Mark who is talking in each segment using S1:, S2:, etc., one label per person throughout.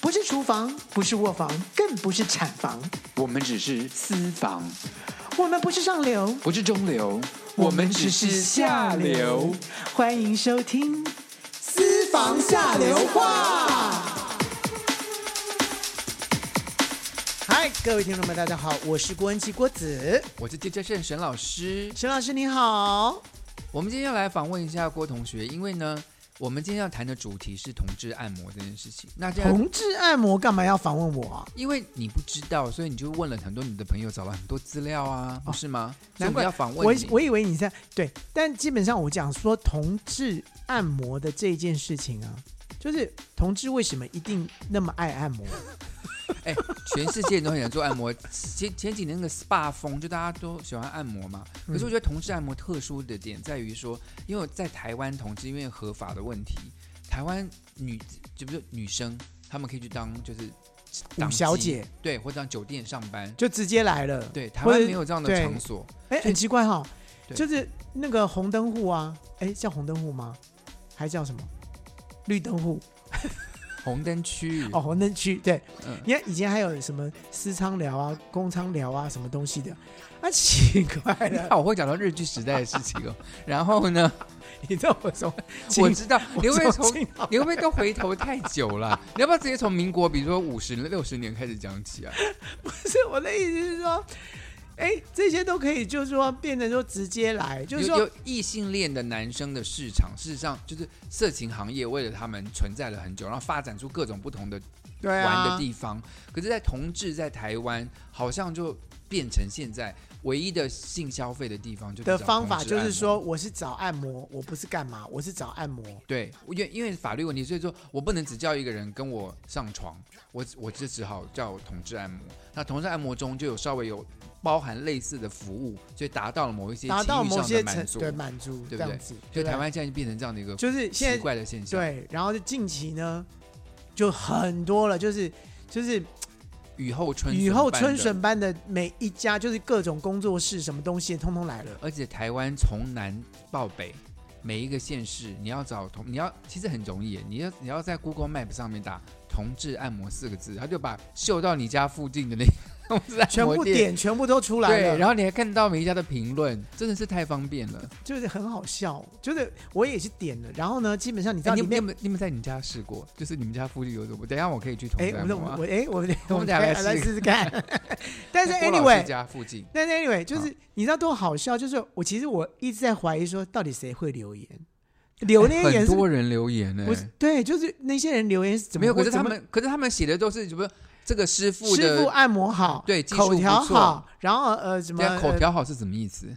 S1: 不是厨房，不是卧房，更不是产房，
S2: 我们只是私房，
S1: 我们不是上流，
S2: 不是中流，我们只是下流。。
S1: 欢迎收听《私房下流话》。嗨，各位听众们，大家好，我是郭恩琪郭子，
S2: 我是接家胜沈老师，
S1: 沈老师你好。
S2: 我们今天要来访问一下郭同学，因为呢，我们今天要谈的主题是同志按摩这件事情。那这样，
S1: 同志按摩干嘛要访问我啊？
S2: 因为你不知道，所以你就问了很多你的朋友，找了很多资料啊，不是吗？所以
S1: 难
S2: 我
S1: 怪
S2: 们要访
S1: 我
S2: 问你。
S1: 我以为你在对，但基本上我讲说同志按摩的这件事情啊，就是同志为什么一定那么爱 按摩？
S2: 哎，全世界人都很想做按摩。 前前几年那个 SPA 风，就大家都喜欢按摩嘛。
S1: 嗯
S2: 可是我觉得同志按摩特殊的点在于说，因为在台湾同志因为合法的问题，台湾女就不是女生，她们可以去当就是当
S1: 五小姐
S2: 鸡，对，或者当酒店上班。
S1: 就直接来了。，
S2: 对，台
S1: 或
S2: 湾
S1: 者
S2: 没有这样的
S1: 对
S2: 场所。
S1: 哎，很奇怪哈、
S2: 对
S1: 就是那个红灯户啊，哎，叫红灯户吗？还叫什么？绿灯户
S2: 红灯区域，
S1: 哦，红灯区对，
S2: 嗯
S1: 你看以前还有什么私娼寮啊、公娼寮啊什么东西的，啊奇怪 了，
S2: 那哦我会讲到日剧时代的事 情哦。然后呢，
S1: 你知道我从
S2: 我
S1: 进
S2: 知道
S1: 我
S2: 你会不会
S1: 从
S2: 从
S1: 进到
S2: 你会不会都回头太久了？你要不要直接从民国，比如说五十、六十年开始讲起啊？
S1: 不是我的意思是说，哎，这些都可以，就是说变成说直接来，就是
S2: 有
S1: 说
S2: 有异性恋的男生的市场，事实上就是色情行业为了他们存在了很久，然后发展出各种不同的
S1: 对
S2: 玩的
S1: 啊，
S2: 地方。可是，在同志在台湾好像就变成现在唯一的性消费的地方就，
S1: 的方法就是说，
S2: 按摩。
S1: 我是找按摩，我不是干嘛，我是找按摩。
S2: 对，我因为因为法律问题，所以说我不能只叫一个人跟我上床，我我就只好叫同志按摩。那同志按摩中就有稍微有包含类似的服务，所以达到了某一些
S1: 达到
S2: 情
S1: 某
S2: 欲上
S1: 些
S2: 的
S1: 程
S2: 满足。
S1: 对满足
S2: 对不
S1: 这
S2: 对
S1: 样子，
S2: 所
S1: 对
S2: 以
S1: 不对
S2: 台湾现在就变成这样的一个
S1: 就是
S2: 奇
S1: 现在
S2: 怪的现象。，
S1: 对，然后就近期呢就很多了，就是就是
S2: 雨后春笋
S1: 雨后
S2: 般
S1: 春
S2: 的，
S1: 笋般的每一家就是各种工作室什么东西通通来了，
S2: 而且台湾从南到北，每一个县市，你要找同，你要其实很容易耶，你要你要在 Google Map 上面打“同志按摩”四个字，他就把秀到你家附近的那个 同志按摩
S1: 全部
S2: 店。
S1: 点全部都出来
S2: 对，
S1: 了，
S2: 然后你还看到每一家的评论，真的是太方便了。
S1: 就是很好笑，就是我也是点了，然后呢，基本上你知
S2: 哎
S1: 道
S2: 你
S1: 里
S2: 有你有
S1: 面。
S2: 没有你们在你家试过？就是你们家附近有什么？等一下我可以去同
S1: 哎
S2: 志，
S1: 我
S2: 按
S1: 们
S2: 摩、啊。
S1: 我哎，我们
S2: 我们等下
S1: 来
S2: 来
S1: 来
S2: 试
S1: 试试看。 但是
S2: 在郭老师
S1: anyway，
S2: 家附近，
S1: 但是 anyway，就是
S2: 啊
S1: 你知道多好笑，就是我其实我一直在怀疑说，到底谁会留言？留那些
S2: 哎很
S1: 言是
S2: 多人留言呢、
S1: 不是对，就是那些人留言是怎么
S2: 没有，可
S1: 会
S2: 是他
S1: 怎么
S2: 们，可是他们写的都是什么？这个师傅
S1: 师傅
S2: 的
S1: 按摩好，
S2: 对技术
S1: 口条
S2: 不错
S1: 好，然后呃什么
S2: 对啊口
S1: 呃
S2: 条好是什么意思？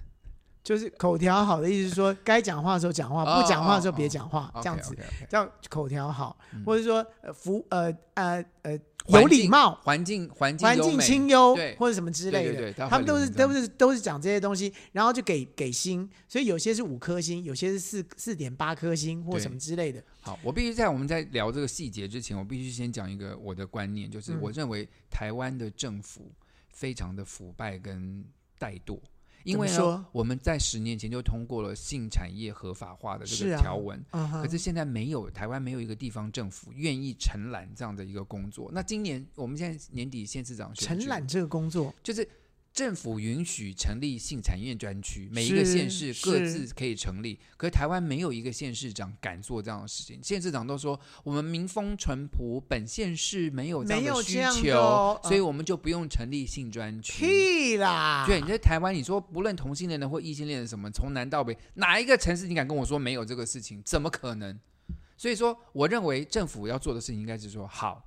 S1: 就是口条好的意思是说，该讲话的时候讲话，
S2: 哦
S1: 不讲话的时候
S2: 哦
S1: 别
S2: 哦
S1: 讲话，这样
S2: OK，OK，OK
S1: 子叫口条好，
S2: 嗯
S1: 或者说呃服呃呃呃
S2: 环
S1: 有礼
S2: 境
S1: 貌。
S2: 环境环境
S1: 环
S2: 优
S1: 境
S2: 美
S1: 清幽
S2: 对
S1: 或者什么之类
S2: 对对
S1: 的
S2: 对，他会
S1: 他们都是
S2: 留言这
S1: 都
S2: 样
S1: 是都是讲这些东西，然后就给给星，所以有些是五颗星，有些是四四点八颗星或
S2: 对
S1: 什么之类的。
S2: 好，我必须在我们在聊这个细节之前，我必须先讲一个我的观念，就是
S1: 嗯
S2: 我认为台湾的政府非常的腐败跟怠惰。因
S1: 怎么
S2: 为呢
S1: 说，
S2: 我们在十年前就通过了性产业合法化的这
S1: 是
S2: 个
S1: 啊
S2: 条文，
S1: 嗯哼
S2: 可是现在没有，台湾没有一个地方政府愿意承揽这样的一个工作。那今年我们现在年底县市长选举
S1: 承揽这个工作，
S2: 就是政府允许成立性产业专区，每一个
S1: 是
S2: 县市各
S1: 是
S2: 自可以成立。可是台湾没有一个县市长敢做这样的事情，县市长都说我们民风淳朴，本县市没有这样
S1: 没有
S2: 的
S1: 这
S2: 需
S1: 样的
S2: 求，
S1: 哦
S2: 所以我们就不用成立性专区。
S1: 屁啦！
S2: 对，你在台湾，你说不论同性恋的或异性恋的什么，从南到北，哪一个城市你敢跟我说没有这个事情？怎么可能？所以说，我认为政府要做的事情应该是说，好，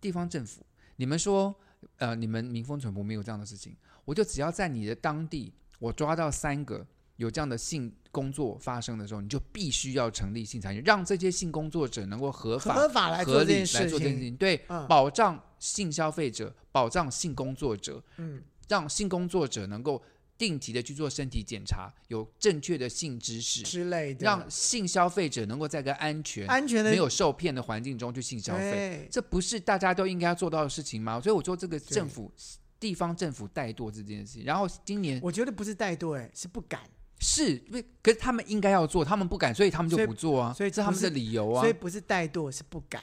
S2: 地方政府，你们说，呃，你们民风淳朴没有这样的事情，我就只要在你的当地，我抓到三个有这样的性工作发生的时候，你就必须要成立性产业，让这些性工作者能够合法、
S1: 合法来
S2: 合
S1: 做这
S2: 理
S1: 件
S2: 来
S1: 事
S2: 做这件事
S1: 情，
S2: 情，对，
S1: 嗯
S2: 保障性消费者，保障性工作者，
S1: 嗯，
S2: 让性工作者能够定期的去做身体检查，有正确的性知识，
S1: 之类的，
S2: 让性消费者能够在一个安全、
S1: 安全的哎
S2: 没有受骗的环境中去性消费，
S1: 对
S2: 这不是大家都应该要做到的事情吗？所以我说这个政府。地方政府怠惰这件事情，然后今年
S1: 我觉得不是怠惰，哎，是不敢，
S2: 是，因为可是他们应该要做，他们不敢，所以他们就
S1: 所以
S2: 不做啊，
S1: 所以
S2: 这是他
S1: 不
S2: 们的
S1: 是
S2: 理由啊。
S1: 所以不是怠惰，是不敢。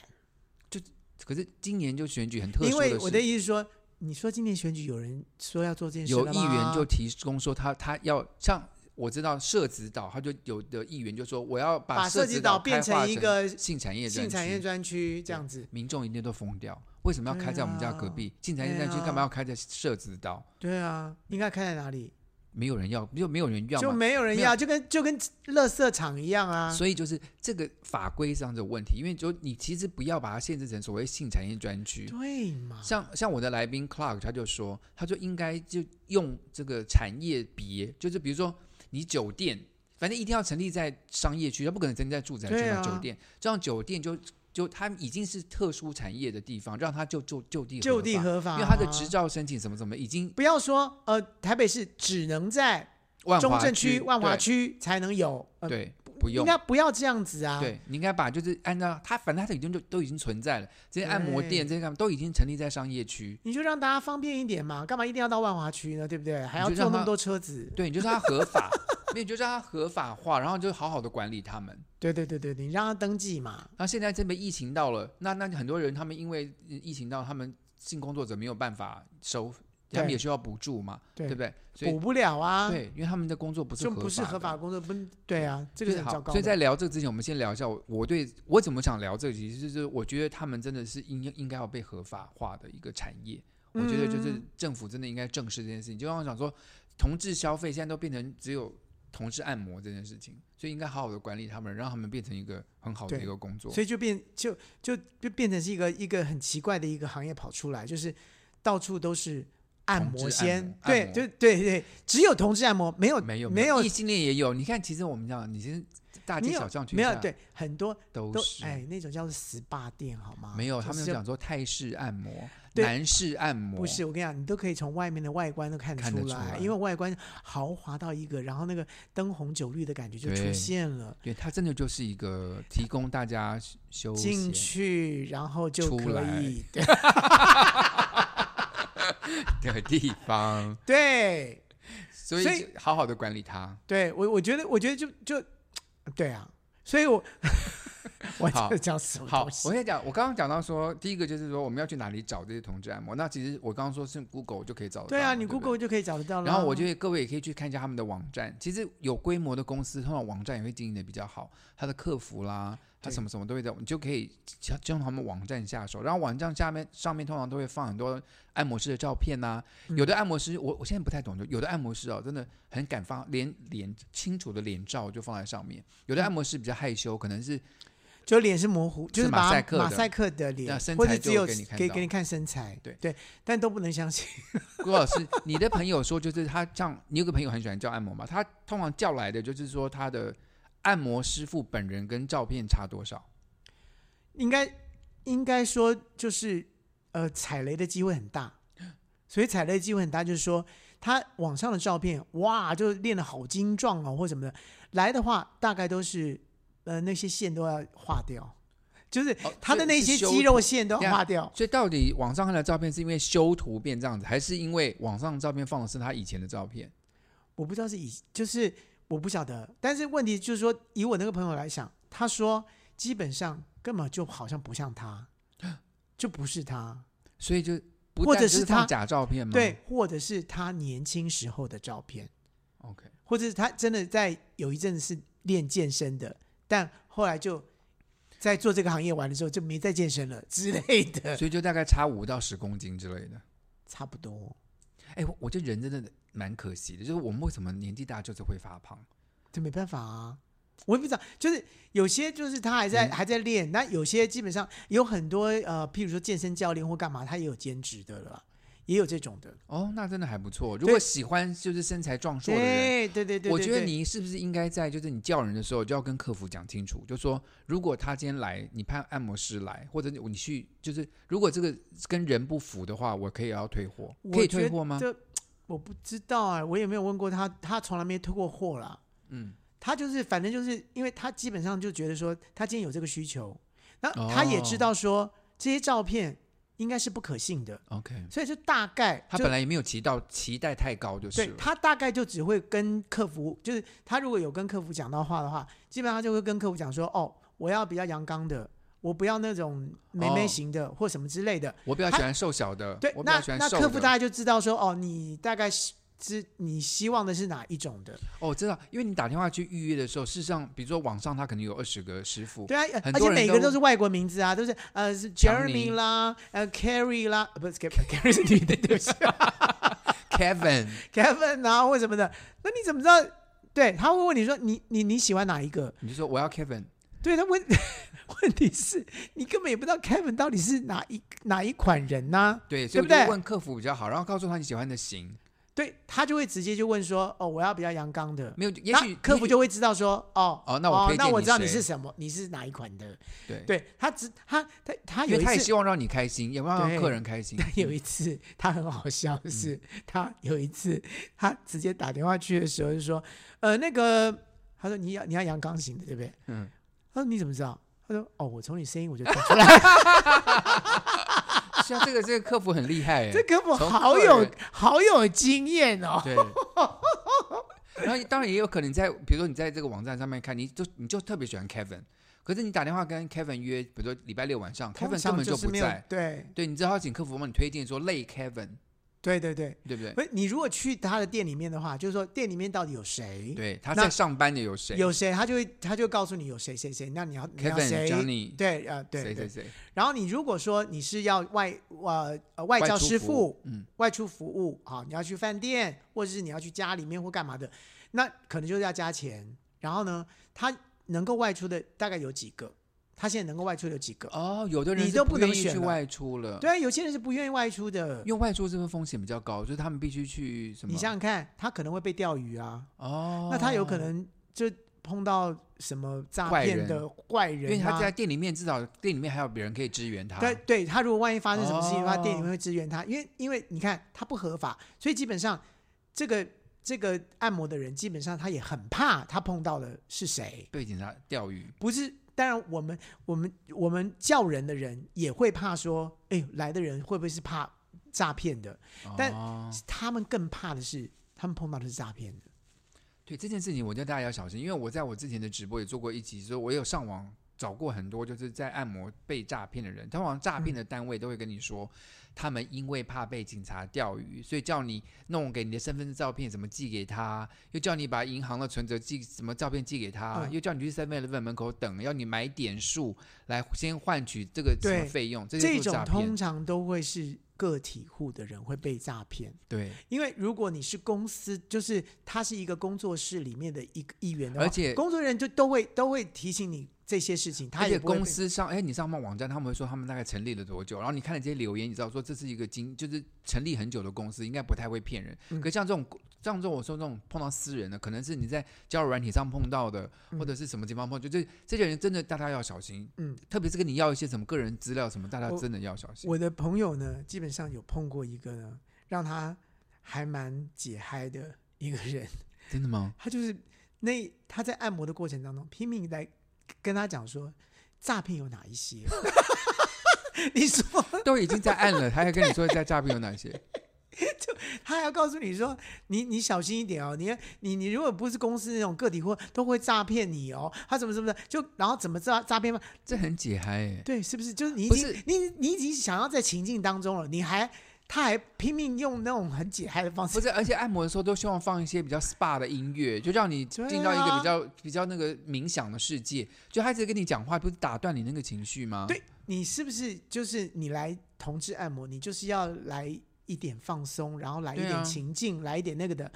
S2: 可是今年就选举很特
S1: 因
S2: 殊
S1: 为
S2: 的
S1: 我的
S2: 是，
S1: 意思是说，你说今年选举有人说要做这件事
S2: 有
S1: 了
S2: 议员
S1: 吗
S2: 就提供说他他要像我知道社子岛，他就有的议员就说我要
S1: 把
S2: 社
S1: 社子
S2: 岛
S1: 岛变
S2: 开化
S1: 成一个
S2: 性产业
S1: 性产
S2: 专区
S1: 业专区这样子，
S2: 民众一定都疯掉。为什么要
S1: 对
S2: 开在我们家
S1: 啊
S2: 隔壁？进财
S1: 对
S2: 山区
S1: 啊
S2: 干嘛要开在社子岛？
S1: 对啊，应该开在哪里？
S2: 没有人要，就没有人要
S1: 就
S2: 嘛。
S1: 没有人
S2: 没有
S1: 要，就跟就跟垃圾场一样啊。
S2: 所以就是这个法规上的问题，因为就你其实不要把它限制成所谓性产业专区。
S1: 对嘛？
S2: 像像我的来宾 Clark 他就说，他就应该就用这个产业别，就是比如说你酒店，反正一定要成立在商业区，他不可能成立在住宅区
S1: 对
S2: 嘛。
S1: 啊
S2: 酒店这样酒店就就他已经是特殊产业的地方，让他就就就地
S1: 就地
S2: 合
S1: 合法
S2: 法，
S1: 啊，
S2: 因为他的执照申请什么什么已经
S1: 不要说呃，台北市只能在
S2: 万华
S1: 中正区、万华
S2: 对
S1: 区才能有，呃，
S2: 对不
S1: 应
S2: 用。
S1: 该不要这样子啊。，
S2: 对，你应该把就是按照它，反正它已经就都已经存在了，这些按摩店这些干嘛都已经成立在商业区。
S1: 你就让大家方便一点嘛，干嘛一定要到万华区呢？对不对？还要
S2: 你就让
S1: 坐那
S2: 他
S1: 么多车子？
S2: 对，你就让它合法， 没有你就让它合法化，然后就好好的管理他们。
S1: 对对对对，对你让他登记嘛。
S2: 然后现在这边疫情到了，那那很多人他们因为疫情到，他们性工作者没有办法收，他们
S1: 对
S2: 也需要补助嘛，对
S1: 对
S2: 不对？所以
S1: 补不了啊，
S2: 对，因为他们的工作不是
S1: 就
S2: 合法的，
S1: 不是合法工作，不对啊，这个
S2: 所
S1: 是
S2: 以
S1: 很糟
S2: 好，
S1: 糕
S2: 所以
S1: 的。
S2: 在聊这个之前，我们先聊一下我我对我怎么想聊这个，其实就是我觉得他们真的是应应该要被合法化的一个产业。我觉得就是
S1: 嗯
S2: 政府真的应该正视这件事情，就像我想说，同志消费现在都变成只有同志按摩这件事情，所以应该好好的管理他们，让他们变成一个很好的
S1: 对
S2: 一个工作。
S1: 所以就变就就就变成是一个一个很奇怪的一个行业跑出来，就是到处都是按
S2: 同志
S1: 摩
S2: 按
S1: 先，
S2: 摩按
S1: 对，
S2: 摩
S1: 就对对，只有同志按摩，没有
S2: 没有
S1: 没
S2: 有
S1: 有
S2: 异性恋也有，你看，其实我们讲，你其实大
S1: 你
S2: 街
S1: 有
S2: 小巷去
S1: 没有对很多
S2: 都
S1: 都
S2: 是。
S1: 哎那种叫做 SPA 店好吗？
S2: 没有，
S1: 就
S2: 他们
S1: 是
S2: 有讲说泰式按摩、
S1: 对
S2: 男式按摩，
S1: 不是，我跟你讲，你都可以从外面的外观都看
S2: 看得
S1: 出
S2: 出来
S1: 因为外观豪华到一个，然后那个灯红酒绿的感觉就
S2: 对
S1: 出现了。
S2: 对，它真的就是一个提供大家休休
S1: 进
S2: 闲，
S1: 去，然后就
S2: 出
S1: 可
S2: 来
S1: 以，对
S2: 的地方，
S1: 对
S2: 所以
S1: 所以
S2: 就好好的管理它。
S1: 对，我我觉得，我觉得就就对啊，所 以我我
S2: 好
S1: 这讲什么
S2: 好，
S1: 东西
S2: 我先讲，我刚刚讲到说，第一个就是说我们要去哪里找这些同志按摩。那其实我刚刚说是 Google 就可以找得到
S1: 对
S2: 嘛，
S1: 啊，你
S2: 不对
S1: Google 就可以找得到了。
S2: 然后我觉得各位也可以去看一下他们的网站。其实有规模的公司，通常网站也会经营的比较好，它的客服啦，它
S1: 对
S2: 什么什么都会在，你就可以就就用他们网站下手。然后网站下面上面通常都会放很多按摩师的照片呐、
S1: 嗯
S2: 有的按摩师，我我现在不太懂，就有的按摩师哦，真的很敢放连脸清楚的脸照就放在上面。有的按摩师比较害羞，可能是
S1: 就脸是模糊，就是是
S2: 马
S1: 把
S2: 赛克
S1: 马
S2: 的
S1: 赛克的
S2: 那
S1: 脸
S2: 身，
S1: 或
S2: 材
S1: 者只
S2: 就
S1: 有
S2: 给你看
S1: 给
S2: 到
S1: 给你看身材，
S2: 对
S1: 对，但都不能相信。
S2: 郭老师，你的朋友说，就是他像你有个朋友很喜欢叫按摩嘛，他通常叫来的就是说他的按摩师傅本人跟照片差多少。
S1: 应该应该说就是呃踩雷的机会很大，所以踩雷的机会很大，就是说他网上的照片哇，就练得好精壮哦，或什么的，来的话大概都是呃那些线都要化掉，就是
S2: 哦
S1: 他的
S2: 是
S1: 那
S2: 是
S1: 些
S2: 修
S1: 肌肉线都
S2: 这
S1: 要
S2: 样
S1: 化掉。
S2: 所以到底网上看的照片是因为修图变这样子，还是因为网上照片放的是他以前的照片？
S1: 我不知道是以就是我不晓得，但是问题就是说，以我那个朋友来想，他说基本上根本就好像不像他，就不是他。
S2: 所以就不
S1: 或
S2: 但
S1: 者
S2: 就是放
S1: 他
S2: 假照片吗？
S1: 对，或者是他年轻时候的照片，
S2: ，OK，
S1: 或者是他真的在有一阵子是练健身的，但后来就在做这个行业完了之后就没再健身了之类的，
S2: 所以就大概差五到十公斤之类的。
S1: 差不多。
S2: 哎，我我这人真的蛮可惜的，就是我们为什么年纪大就是会发胖？
S1: 这没办法啊，我也不知道，就是有些就是他还在、
S2: 嗯
S1: 还在练，那有些基本上有很多呃，譬如说健身教练或干嘛，他也有兼职的了，也有这种的。
S2: 哦，那真的还不错。如果喜欢就是身材壮硕的人，
S1: 对对对对，
S2: 我觉得
S1: 对
S2: 你是不是应该在就是你叫人的时候就要跟客服讲清楚，就说如果他今天来，你派按摩师来，或者你你去就是如果这个跟人不符的话，我可以要退货，可以退货吗？
S1: 我觉得我不知道啊，我也没有问过他，他从来没退过货啦。
S2: 嗯，
S1: 他就是反正就是因为他基本上就觉得说他今天有这个需求，那他也
S2: 哦
S1: 知道说、这些照片应该是不可信的，
S2: OK，
S1: 所以就大概
S2: 他
S1: 就
S2: 本来也没有提到期待太高就是
S1: 对
S2: 了。
S1: 他大概就只会跟客服，就是他如果有跟客服讲到话的话，基本上就会跟客服讲说，哦，我要比较阳刚的，我不要那种妹妹型的、或什么之类的。
S2: 我比较喜欢瘦小的，
S1: 对，
S2: 哦我比
S1: 那
S2: 较喜欢
S1: 那
S2: 瘦
S1: 客服大家
S2: 的。
S1: 就知道说，哦，你大概是知你希望的是哪一种的。
S2: 哦，我知道，因为你打电话去预约的时候，事实上，比如说网上他可能有二十个师傅，
S1: 对啊，呃
S2: 哦很
S1: 而
S2: 多
S1: 且
S2: 人
S1: 每个都是外国名字啊，都是呃是 Jeremy
S2: 强尼
S1: 啦，呃 Carrie 啦，呃不是 Carrie 是女的，对不起
S2: Kevin，
S1: ，Kevin 啊或什么的。那你怎么知道？对，他会问你说你你你喜欢哪一个？
S2: 你就说我要 Kevin，
S1: 对他问 问题是你根本也不知道 Kevin 到底是哪一哪一款人呐、
S2: 对，所
S1: 对
S2: 以我
S1: 不对
S2: 就问客服比较好，然后告诉他你喜欢的型，
S1: 对他就会直接就问说，哦，我要比较阳刚的。
S2: 没有，嗯也
S1: 那
S2: 许
S1: 客服
S2: 也许
S1: 就会知道说，哦，
S2: 哦那我推荐
S1: 那我
S2: 你
S1: 知道你
S2: 谁
S1: 是什么，你是哪一款的。
S2: 对，
S1: 对他只他他他
S2: 因
S1: 有
S2: 为
S1: 一
S2: 他也
S1: 次，
S2: 希望让你开心，也要
S1: 对
S2: 让客人开心。
S1: 有一次他很好笑的是，
S2: 嗯
S1: 他有一次他直接打电话去的时候就说，呃，那个他说你要你要阳刚型的对不对？
S2: 嗯，
S1: 他说你怎么知道？他说哦，我从你声音我就听出 来。
S2: 是啊，这个这个客服很厉害哎
S1: 这，科普
S2: 从
S1: 好
S2: 个
S1: 有
S2: 人
S1: 好有经验哦。
S2: 对。然后当然也有可能在，比如说你在这个网站上面看，你就你就特别喜欢 Kevin，可是你打电话跟 Kevin 约，比如说礼拜六晚上
S1: 通
S2: ，Kevin
S1: 常
S2: 根本
S1: 就是
S2: 不
S1: 没有
S2: 在，
S1: 对
S2: 对，你只好请客服帮你推荐说类 Kevin，
S1: 对对对，
S2: 对不对？
S1: 不是你如果去他的店里面的话，就是说店里面到底有谁，
S2: 对，他
S1: 那
S2: 在上班的有谁
S1: 有谁，他就会他就告诉你有谁谁谁，那你要你要
S2: ？Kevin、
S1: 谁？
S2: Johnny，
S1: 对，呃，对
S2: 谁谁
S1: 对。
S2: 谁，
S1: 然后你如果说你是要外呃呃外
S2: 外
S1: 教
S2: 出
S1: 师
S2: 服
S1: 傅
S2: 务，嗯，
S1: 外出服务啊，你要去饭店，或者是你要去家里面或干嘛的，那可能就是要加钱。然后呢，他能够外出的大概有几个？他现在能够外出的有几个？
S2: 哦，有的人
S1: 你
S2: 是
S1: 都不
S2: 不
S1: 能
S2: 愿意
S1: 选
S2: 去
S1: 了
S2: 外出了，
S1: 对啊，有些人是不愿意外出的。
S2: 因为外出这个风险比较高，就是他们必须去什么？
S1: 你想想看，他可能会被钓鱼啊，
S2: 哦，
S1: 那他有可，能就碰到什么诈
S2: 怪
S1: 骗
S2: 人
S1: 的怪人、啊，
S2: 因为他在店里面，至少店里面还有别人可以支援他。
S1: 对对，他如果万一发生什么事情的话，
S2: 哦
S1: 店里面会支援他，因为因为你看他不合法，所以基本上这个这个按摩的人基本上他也很怕他碰到的是谁，
S2: 被警察钓鱼，
S1: 不是。当然，我们我们我们叫人的人也会怕说，哎呦，来的人会不会是怕诈骗的？但
S2: 哦、
S1: 他们更怕的是，他们碰到的是诈骗的。
S2: 对这件事情，我觉得大家要小心，因为我在我之前的直播也做过一集，所以我有上网找过很多就是在按摩被诈骗的人，通常诈骗的
S1: 嗯
S2: 单位都会跟你说，他们因为怕被警察钓鱼，所以叫你弄给你的身份证照片怎么寄给他，又叫你把银行的存折寄什么照片寄给他，
S1: 嗯
S2: 又叫你去 Seven Eleven 门口等，要你买点数来先换取这个什么
S1: 对
S2: 费用，这些
S1: 这
S2: 都是
S1: 种
S2: 诈
S1: 通
S2: 骗。
S1: 常都会是个体户的人会被诈骗，
S2: 对，
S1: 因为如果你是公司，就是他是一个工作室里面的一个一员的话，
S2: 而且
S1: 工作人员就都会都会提醒你这些事情，他
S2: 而
S1: 也
S2: 且
S1: 不会
S2: 公司上，哎，你上报网站，他们会说他们大概成立了多久，然后你看了这些留言，你知道说这是一个经，就是成立很久的公司，应该不太会骗人。
S1: 嗯
S2: 可像这种，像这种我说这种碰到私人的，可能是你在交友软体上碰到的，
S1: 嗯
S2: 或者是什么地方碰，就这这些人真的大家要小心，
S1: 嗯，
S2: 特别是跟你要一些什么个人资料什么，大家
S1: 我
S2: 真的要小心。
S1: 我的朋友呢，基本上有碰过一个呢，让他还蛮解嗨的一个人，
S2: 真的 吗？
S1: 他就是那他在按摩的过程当中拼命来跟他讲说诈骗有哪一些， 你说
S2: 都已经在按了，他还跟你说在诈骗有哪些？
S1: 他还要告诉你说，你你小心一点哦，你你你如果不是公司那种个体户，都会诈骗你哦。他怎么怎么的，就然后怎么诈诈骗嘛？
S2: 这很解嗨哎、
S1: 对，是不是？就是你已
S2: 不
S1: 经
S2: 是
S1: 你你已经想要在情境当中了，你还他还拼命用那种很解嗨的方
S2: 不
S1: 式，
S2: 是，而且按摩的时候都希望放一些比较 SPA 的音乐，就让你
S1: 对
S2: 进到一个
S1: 啊
S2: 比较、比较那个冥想的世界。就他一直跟你讲话，不是打断你那个情绪吗？
S1: 对你是不是？就是你来同志按摩，你就是要来一点放松，然后来一
S2: 对啊
S1: 点情境，来一点那个的。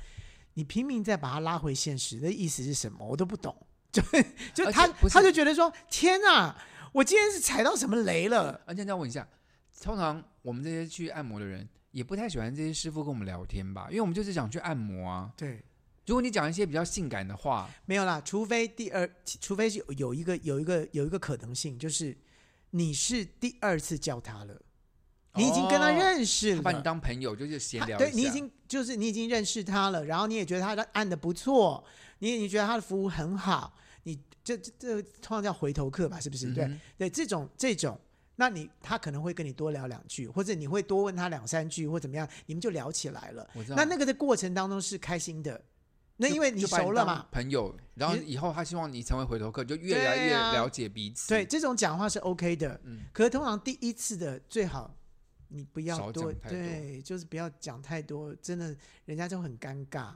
S1: 你拼命再把他拉回现实的意思是什么？我都不懂。 就就
S2: 而且
S1: 他
S2: 不是
S1: 他就觉得说，天啊，我今天是踩到什么雷了？
S2: 而且再问一下，通常我们这些去按摩的人也不太喜欢这些师傅跟我们聊天吧，因为我们就是想去按摩啊。
S1: 对，
S2: 如果你讲一些比较性感的话，
S1: 没有啦，除非第二，除非是有有一个有一个有一个可能性，就是你是第二次叫他了，你已经跟他
S2: 哦
S1: 认识
S2: 他
S1: 了，
S2: 把你当朋友，就是闲
S1: 他
S2: 聊一下。
S1: 啊对你已经就是你已经认识他了，然后你也觉得他的按的不错，你你觉得他的服务很好，你这这这通常叫回头客吧，是不是？
S2: 嗯
S1: 对
S2: 哼
S1: 对，这种这种。那你他可能会跟你多聊两句，或者你会多问他两三句，或怎么样，你们就聊起来了。
S2: 我知道。
S1: 那那个的过程当中是开心的，那
S2: 就
S1: 因为你
S2: 就把
S1: 熟了
S2: 当
S1: 嘛，
S2: 朋友，然后
S1: 你
S2: 以后他希望你成为回头客，就越来
S1: 对
S2: 越
S1: 啊
S2: 了解彼此。
S1: 对，，这种讲话是 OK 的。
S2: 嗯，
S1: 可是通常第一次的最好你不要
S2: 少
S1: 多，
S2: 讲太多
S1: 对，就是不要讲太多，真的人家就很尴尬。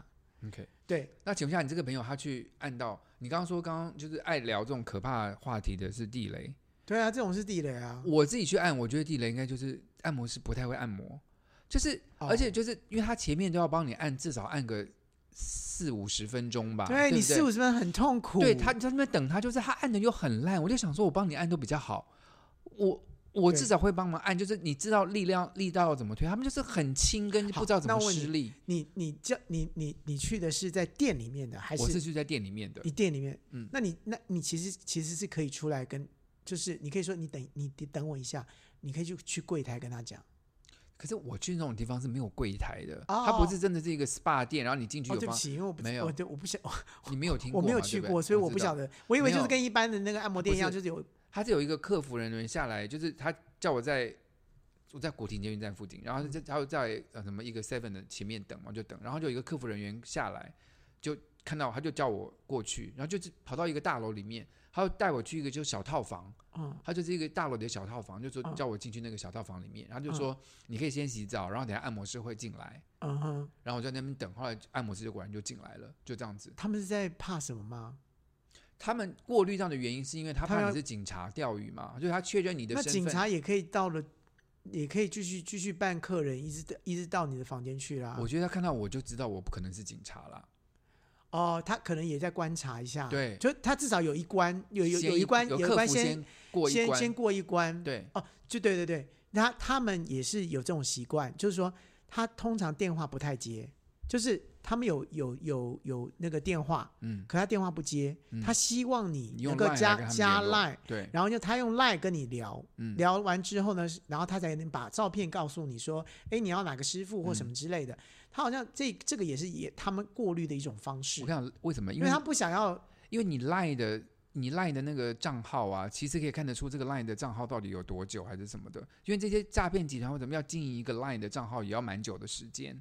S2: OK，
S1: 对，
S2: 那请问一下，你这个朋友他去按到你刚刚说，刚刚就是爱聊这种可怕话题的是地雷。
S1: 对啊，这种是地雷啊。
S2: 我自己去按，我觉得地雷应该就是按摩师不太会按摩，就是、
S1: 哦
S2: 而且就是因为他前面都要帮你按，至少按个四五十分钟吧，
S1: 对
S2: 啊不
S1: 你四五十分很痛苦，
S2: 对他你在那边等他，就是他按的又很烂，我就想说我帮你按都比较好，我。我
S1: 对
S2: 至少会帮忙按，就是你知道力量力道要怎么推，他们就是很轻跟
S1: 好
S2: 不知道怎
S1: 那
S2: 么
S1: 我问你
S2: 施力。
S1: 你你叫你你你去的是在店里面的还
S2: 我
S1: 是
S2: 是去在店里面的，
S1: 你店里面？
S2: 嗯
S1: 那你那你其实其实是可以出来跟，就是你可以说你等你你等我一下，你可以去去柜台跟他讲。
S2: 可是我去那种地方是没有柜台的，
S1: 哦
S2: 它不是真的是一个 SPA 店，然后你进去
S1: 哦，
S2: 有
S1: 对不
S2: 帮，
S1: 起，因为我不
S2: 没有
S1: 我对我不想我
S2: 你没有听过
S1: 我
S2: 嘛，
S1: 没有
S2: 对
S1: 去
S2: 不对
S1: 过，所以我不
S2: 知道
S1: 晓得，我以为
S2: 没
S1: 就是
S2: 有
S1: 跟一般的那个按摩店一样，
S2: 不
S1: 就是有
S2: 他是有一个客服人员下来，就是他叫我在我在古亭捷运站附近，然
S1: 嗯
S2: 后他就他就在呃什么一个 Seven 的前面等嘛，就等，然后就有一个客服人员下来，就看到他就叫我过去，然后就是跑到一个大楼里面，他就带我去一个就是小套房，
S1: 嗯
S2: 他就是一个大楼的小套房，就说
S1: 嗯
S2: 叫我进去那个小套房里面，然后就
S1: 嗯
S2: 说你可以先洗澡，然后等下按摩师会进来，
S1: 嗯哼，
S2: 然后我就在那边等，后来按摩师就果然就进来了，就这样子。
S1: 他们是在怕什么吗？
S2: 他们过滤这样的原因是因为他
S1: 他
S2: 怕
S1: 要
S2: 你是警察钓鱼嘛，就是他确认你的
S1: 那
S2: 身份。
S1: 警察也可以到了，也可以继续继续办客人，一直一直到你的房间去啦。
S2: 我觉得他看到我就知道我不可能是警察啦。
S1: 哦，他可能也在观察一下，
S2: 对
S1: 就他至少有一关，有有
S2: 先
S1: 有一关，
S2: 有
S1: 一
S2: 客
S1: 关
S2: 服
S1: 先
S2: 过一
S1: 先
S2: 关，
S1: 先过一关，
S2: 对，
S1: 就对对对，他他们也是有这种习惯，就是说他通常电话不太接，就是他们有有有有那个电话，
S2: 嗯，
S1: 可他电话不接，
S2: 嗯
S1: 他希望你能
S2: 你用
S1: 够
S2: Line 来
S1: 加
S2: 跟他们
S1: 加
S2: 联络
S1: line，
S2: 对，
S1: 然后就他用 line 跟你聊，
S2: 嗯，
S1: 聊完之后呢，然后他才能把照片告诉你说，哎，你要哪个师傅或
S2: 嗯
S1: 什么之类的。他好像这这个也是也他们过滤的一种方式
S2: 我，看为什么？因
S1: 因
S2: 为
S1: 为他不想要
S2: 因为你赖的。你赖的那个账号啊，其实可以看得出这个赖的账号到底有多久还是什么的，因为这些诈骗集团或怎么要经营一个赖的账号也要蛮久的时间，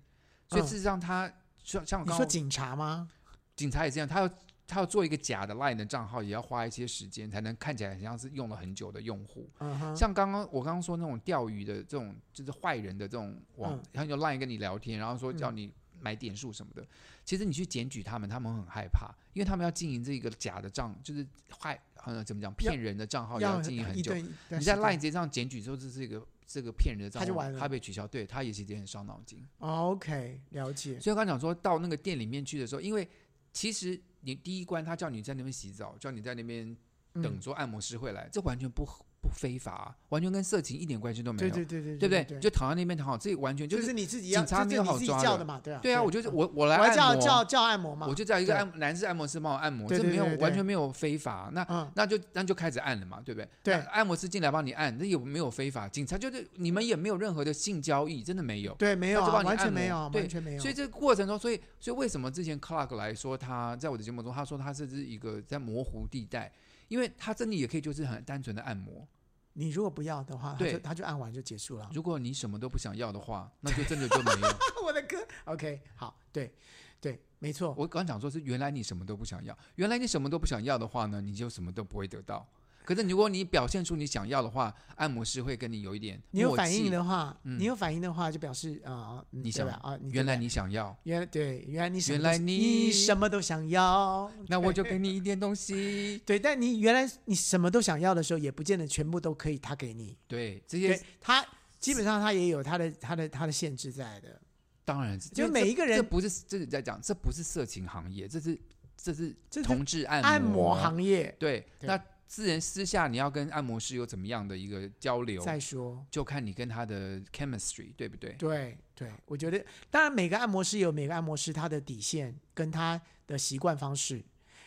S2: 所以
S1: 嗯
S2: 事实上他像像我
S1: 你
S2: 刚
S1: 说
S2: 刚
S1: 警察吗？
S2: 警察也这样，他要他要做一个假的 LINE 的账号，也要花一些时间才能看起来很像是用了很久的用户。
S1: 嗯哼，
S2: 像刚刚我刚刚说那种钓鱼的这种，就是坏人的这种网
S1: 嗯，
S2: 他就 LINE 跟你聊天，然后说叫
S1: 嗯
S2: 你买点数什么的。其实你去检举他们，他们很害怕，因为他们要经营这个假的账，就是坏呃怎么讲
S1: 要
S2: 骗人的账号，也
S1: 要
S2: 经营很
S1: 一
S2: 久
S1: 顿。
S2: 你在 LINE 直接上检举之后，这是一个这个骗人的账
S1: 他就
S2: 号
S1: 完，了
S2: 他被取消，对他也其实也很伤脑筋。
S1: 哦 OK 了解，
S2: 所以我刚讲说到那个店里面去的时候，因为其实你第一关他叫你在那边洗澡，叫你在那边等
S1: 嗯，
S2: 说按摩师会来，这完全不不非法啊、完全跟色情一点关系都没
S1: 对
S2: 有，
S1: 对对对
S2: 对不
S1: 对
S2: 对？就躺在那边躺好，这完全
S1: 就
S2: 就是是
S1: 你自己要，
S2: 警察
S1: 这
S2: 没
S1: 是
S2: 有
S1: 你
S2: 好
S1: 自己
S2: 抓
S1: 叫
S2: 的
S1: 的嘛，对啊，
S2: 对啊，我就是
S1: 嗯
S2: 我我来
S1: 我要叫
S2: 按
S1: 叫
S2: 摩，
S1: 叫按摩嘛
S2: 我，就叫一个
S1: 对
S2: 按男士按摩师帮我按摩，
S1: 对
S2: 这
S1: 对
S2: 没有
S1: 对对对
S2: 完全没有非法，啊那
S1: 嗯，
S2: 那就那就开始按了嘛，对不对？
S1: 对
S2: 那按摩师进来帮你按，那也没有非法，警察就是你们也没有任何的性交易，真的没有。
S1: 对，没有
S2: 他就
S1: 啊，
S2: 帮你
S1: 完全
S2: 按摩
S1: 没有，
S2: 对
S1: 完全没有，
S2: 所以这个过程中，所以所以为什么之前 Clark 来说他在我的节目中，他说他是一个在模糊地带，因为他真的也可以就是很单纯的按摩。
S1: 你如果不要的话，他
S2: 对
S1: 就他就按完就结束了。
S2: 如果你什么都不想要的话，那就真的就没有。
S1: 我的歌，OK，好，对对，没错，
S2: 我刚讲说是原来你什么都不想要，原来你什么都不想要的话呢，你就什么都不会得到。可是如果你表现出你想要的话，按摩师会跟你有一点
S1: 你有
S2: 默
S1: 反应
S2: 契
S1: 的话，
S2: 嗯
S1: 你有反应的话，就表示啊，嗯
S2: 你
S1: 对
S2: 想
S1: 吧？啊，
S2: 原来
S1: 对吧
S2: 你想要，
S1: 原来对，原来你什么
S2: 原来
S1: 都
S2: 你
S1: 你什么都想要，
S2: 那我就给你一点东西。
S1: 对，但你原来你什么都想要的时候，也不见得全部都可以他给你，
S2: 对，这
S1: 对
S2: 些
S1: 他基本上他也有他的他的他的限制在的，
S2: 当然是，
S1: 就
S2: 因为
S1: 每
S2: 这
S1: 一个人
S2: 这不是这是在讲，这不是色情行业，这是这是
S1: 这是
S2: 同志按
S1: 按摩行业
S2: 对，
S1: 对
S2: 那自然私下你要跟按摩师有怎么样的一个交流，
S1: 再说。
S2: 就看你跟他的 chemistry 对不对？
S1: 对对，我觉得当然每个按摩师有每个按摩师他的底线跟他的习惯方式，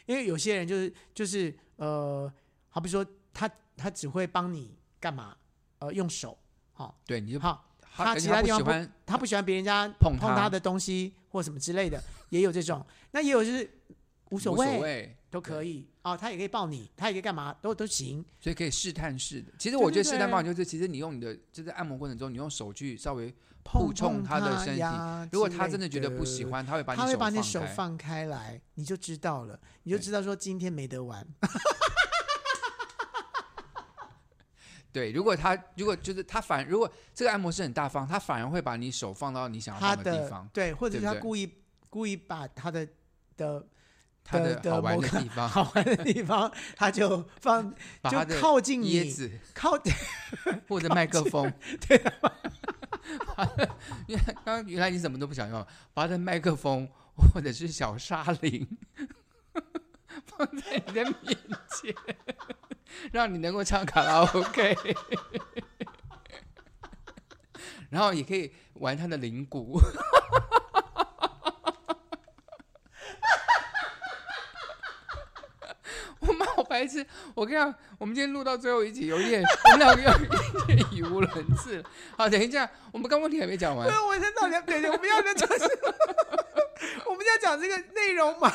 S1: 因为有些人就是就是呃，好比说他他只会帮你干嘛？呃，用手，好、
S2: 对，你就
S1: 好，他
S2: 而且
S1: 其他
S2: 不
S1: 地方
S2: 喜
S1: 不
S2: 欢
S1: 他不喜欢别人家
S2: 碰
S1: 碰
S2: 他
S1: 他的东西或什么之类的，也有这种。那也有就是无
S2: 无
S1: 所
S2: 所
S1: 谓，
S2: 谓，
S1: 都可以啊，他也可以抱你，他也可以干嘛都都行。
S2: 所以可以试探式的。其实
S1: 对
S2: 我觉得
S1: 对
S2: 试探
S1: 对
S2: 方法就是，其实你用你的就在按摩过程中，你用手去稍微，
S1: 碰
S2: 触碰他
S1: 他
S2: 的身体
S1: 呀
S2: 如果
S1: 之
S2: 他
S1: 类
S2: 真的觉得不喜，欢，他会把你
S1: 他会把你
S2: 放
S1: 的手
S2: 开。
S1: 放开来，你就知道了，你就
S2: 对
S1: 知道说今天没得玩。
S2: 对，如果他如果就是他反，如果这个按摩师很大方，他反而会把你手放到你想要
S1: 他
S2: 放的地
S1: 的
S2: 方，
S1: 对，或者
S2: 对
S1: 是
S2: 不
S1: 他
S2: 对
S1: 故意故意把他的的
S2: 他
S1: 的的
S2: 好玩
S1: 某
S2: 的
S1: 个
S2: 地方，
S1: 好玩的地方，他就放
S2: 把
S1: 就
S2: 他的
S1: 靠近
S2: 椰
S1: 你，
S2: 子
S1: 靠近
S2: 或者麦克风，对啊，原来原来你什么都不想要，把他的麦克风或者是小沙铃放在你的面前，让你能够唱卡拉 OK，然后也可以玩他的铃鼓。 我妈好白痴！我跟你讲，我们今天录到最后一集，有一点，我们两个有一点语无伦次了。好，等一下，我们刚问题还没讲完
S1: 对，。啊我在到底要对对，我们要在讲什么？我们要讲这个内容嘛？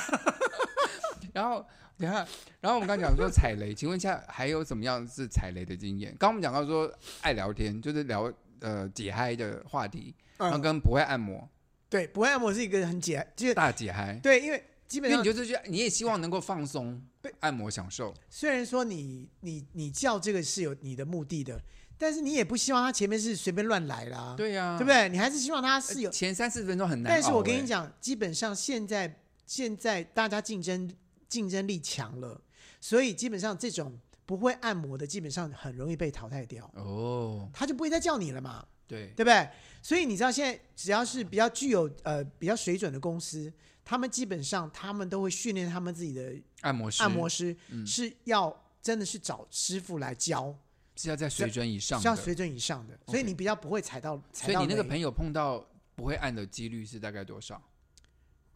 S2: 然后等一下，然后我们刚讲说踩雷，请问一下还有怎么样是踩雷的经验？刚刚我们讲到说爱聊天，就是聊呃解嗨的话题，然后
S1: 嗯，
S2: 跟不会按摩
S1: 对，不会按摩是一个很解，就是
S2: 大解嗨，
S1: 对，因为基
S2: 因
S1: 本
S2: 为
S1: 上
S2: 你就是去，你也希望能够放松
S1: 对，
S2: 按摩享受，
S1: 虽然说你你你叫这个是有你的目的的，但是你也不希望他前面是随便乱来啦，
S2: 对呀、
S1: 对不？对？你还是希望他是有。
S2: 前三四十分钟很难熬欸、
S1: 但是我跟你讲，基本上现在现在大家竞争竞争力强了，所以基本上这种不会按摩的，基本上很容易被淘汰掉，
S2: 哦，
S1: 他就不会再叫你了嘛。
S2: 对，
S1: 对不对？所以你知道现在只要是比较具有呃比较水准的公司，他们基本上他们都会训练他们自己的
S2: 按摩师
S1: 按摩师
S2: 嗯
S1: 是要真的是找师傅来教，
S2: 是要在水准以上
S1: 是要
S2: 的，
S1: 水准以上的，
S2: OK
S1: 所以你比较不会踩到踩
S2: 所以
S1: 到
S2: 你那个
S1: 雷
S2: 朋友碰到不会按的几率是大概多少？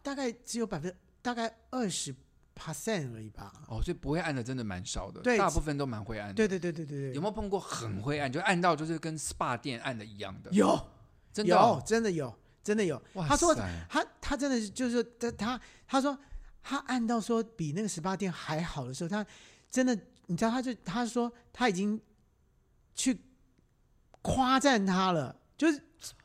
S1: 大概只有百分大概二十 percent 而已吧。
S2: 哦，所以不会按的真的蛮少的，
S1: 对
S2: 大部分都蛮会按的。
S1: 对对对对对
S2: 有
S1: 对，
S2: 没有碰过很会按，就按到就是跟 SPA 店按的一样的？
S1: 有
S2: 真的
S1: 有
S2: 哦、
S1: 真的有真的有，
S2: 哇
S1: 他说
S2: 塞
S1: 他他真的是就是他他他说他按到说比那个十八店还好的时候，他真的你知道他就他说他已经去夸赞他了，就是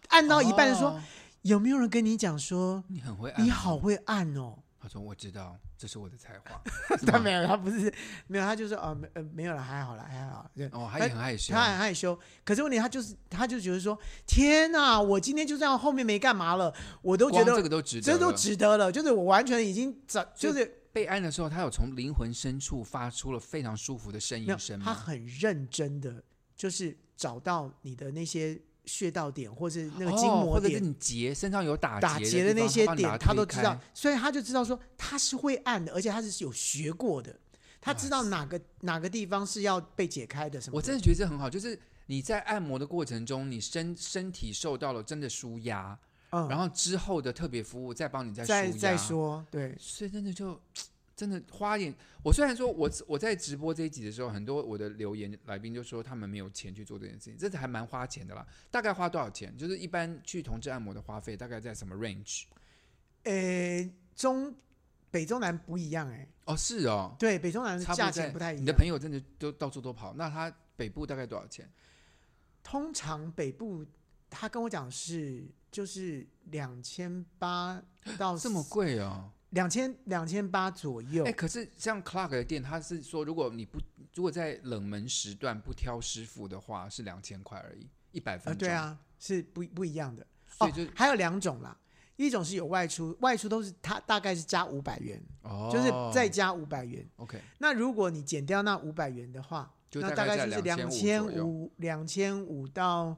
S1: 按到一半说、
S2: 哦
S1: 有没有人跟你讲 说
S2: 你很会按，
S1: 你。好会按哦？。
S2: 他说我知道，这是我的才华
S1: 他没有，他不是没有，他就说哦没呃没有了，还好了还好了，对
S2: 是吗哦，他也很害羞
S1: 他。很害羞，可是问题他就是，他就觉得说，天哪，我今天就这样，后面没干嘛了，我都觉
S2: 光
S1: 得
S2: 这个都值得
S1: 这
S2: 了，
S1: 都值得了，就是我完全已经早就
S2: 所以
S1: 是
S2: 被按的时候，他有从灵魂深处发出了非常舒服的呻
S1: 没有
S2: 吟声，
S1: 他
S2: 吗？
S1: 很认真的，就是找到你的那些穴道点或是那个筋
S2: 哦
S1: 膜
S2: 或者是
S1: 点、
S2: 你结身上有打
S1: 打
S2: 结
S1: 结的
S2: 地
S1: 那
S2: 方
S1: 些
S2: 帮你把
S1: 点，
S2: 它
S1: 他都
S2: 推
S1: 知
S2: 开
S1: 道，所以他就知道说他是会按的，而且他是有学过的，他知道哪个哪个地方是要被解开的什么的。
S2: 我真的觉得这很好，就是你在按摩的过程中，你身身体受到了真的舒压，
S1: 嗯，
S2: 然后之后的特别服务再帮你再舒
S1: 再
S2: 压。
S1: 再说，对，
S2: 所以真的就真的花一点。我虽然说我我在直播这一集的时候，很多我的留言来宾就说他们没有钱去做这件事情，这还蛮花钱的啦。大概花多少钱？就是一般去同志按摩的花费大概在什么 range？
S1: 呃，中北中南不一样哎、
S2: 哦，是哦，
S1: 对，北中南的
S2: 差不
S1: 价
S2: 多
S1: 钱
S2: 在。
S1: 不太一样。
S2: 你的朋友真的都到处都跑，那他北部大概多少钱？
S1: 通常北部他跟我讲是就是两千八到
S2: 这么贵哦？
S1: 两千两千八左右。
S2: 哎，可是像 Clark 的店，他是说如果你不如果在冷门时段不挑师傅的话，是两千块而已，一百分
S1: 呃，对，
S2: 钟。
S1: 啊，是不不一样的。
S2: 所
S1: 哦
S2: 以就、，
S1: 还有两种啦，一种是有外出，外出都是他大概是加五百元，
S2: 哦，
S1: 就是再加五百元。
S2: OK，
S1: 那如果你减掉那五百元的话，
S2: 就
S1: 那
S2: 大概
S1: 概就
S2: 在
S1: 是两
S2: 2500
S1: 千
S2: 左右
S1: 五两千五到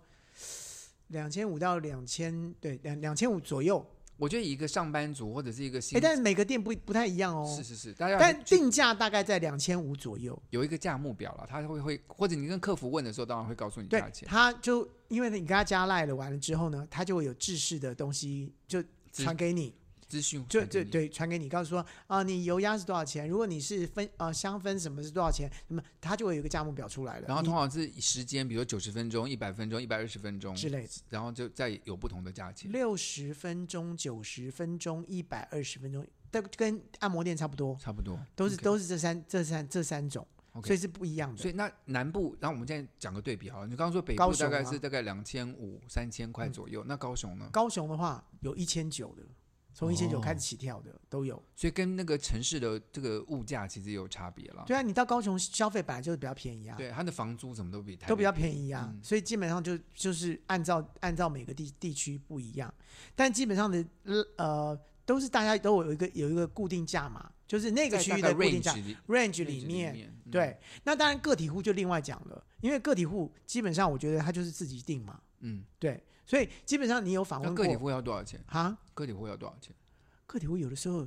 S1: 两千五到两千对两两千五左右。
S2: 我觉得以一个上班族或者是一个新
S1: 哎，，但是每个店不不太一样哦。
S2: 是是是，大家
S1: 但
S2: 去
S1: 定价大概在两千五左右。
S2: 有一个价目表了，他会会或者你跟客服问的时候，当然会告诉你
S1: 对
S2: 价，钱
S1: 他就因为你跟他加赖了，完了之后呢，他就会有制式的东西就
S2: 资
S1: 传给你，
S2: 资讯，
S1: 就就，对传给你，告诉说啊、你油压是多少钱？如果你是分啊、香氛什么是多少钱？那么他就会有一个价目表出来了，
S2: 然后
S1: 你
S2: 通常是以时间，比如九十分钟、一百分钟、一百二十分钟
S1: 之类的。
S2: 然后就再有不同的价钱。
S1: 六十分钟、九十分钟、一百二十分钟，但跟按摩店差不多，
S2: 差不多
S1: 都是
S2: OK
S1: 都是这三这三这三种，
S2: OK
S1: 所以是不一样的。
S2: 所以那南部，然后我们现在讲个对比好了。你刚刚说北
S1: 高
S2: 部
S1: 雄
S2: 大概
S1: 吗
S2: 是大概两千五、三千块左
S1: 嗯
S2: 右，那高雄呢？
S1: 高雄的话有一千九的，从一千九
S2: 哦
S1: 开始起跳的、都有。
S2: 所以跟那个城市的这个物价其实也有差别了。
S1: 对啊，你到高雄消费本来就是比较便宜啊，
S2: 对，它的房租怎么都比台北
S1: 都比较便宜啊，
S2: 嗯
S1: 所以基本上就就是按照按照每个地地区不一样，但基本上的呃都是大家都有一个有一个固定价嘛，就是那个
S2: 在
S1: 区
S2: 大
S1: 域
S2: 概
S1: 的固定价
S2: range 里
S1: range
S2: range
S1: 里
S2: 里
S1: 面。
S2: 嗯
S1: 对，那当然个体户就另外讲了，因为个体户基本上我觉得他就是自己定嘛，
S2: 嗯，
S1: 对，所以基本上你有访
S2: 那
S1: 问
S2: 个体
S1: 过
S2: 户要多少钱？
S1: 哈，
S2: 个体户要多少钱？
S1: 个体户有的时候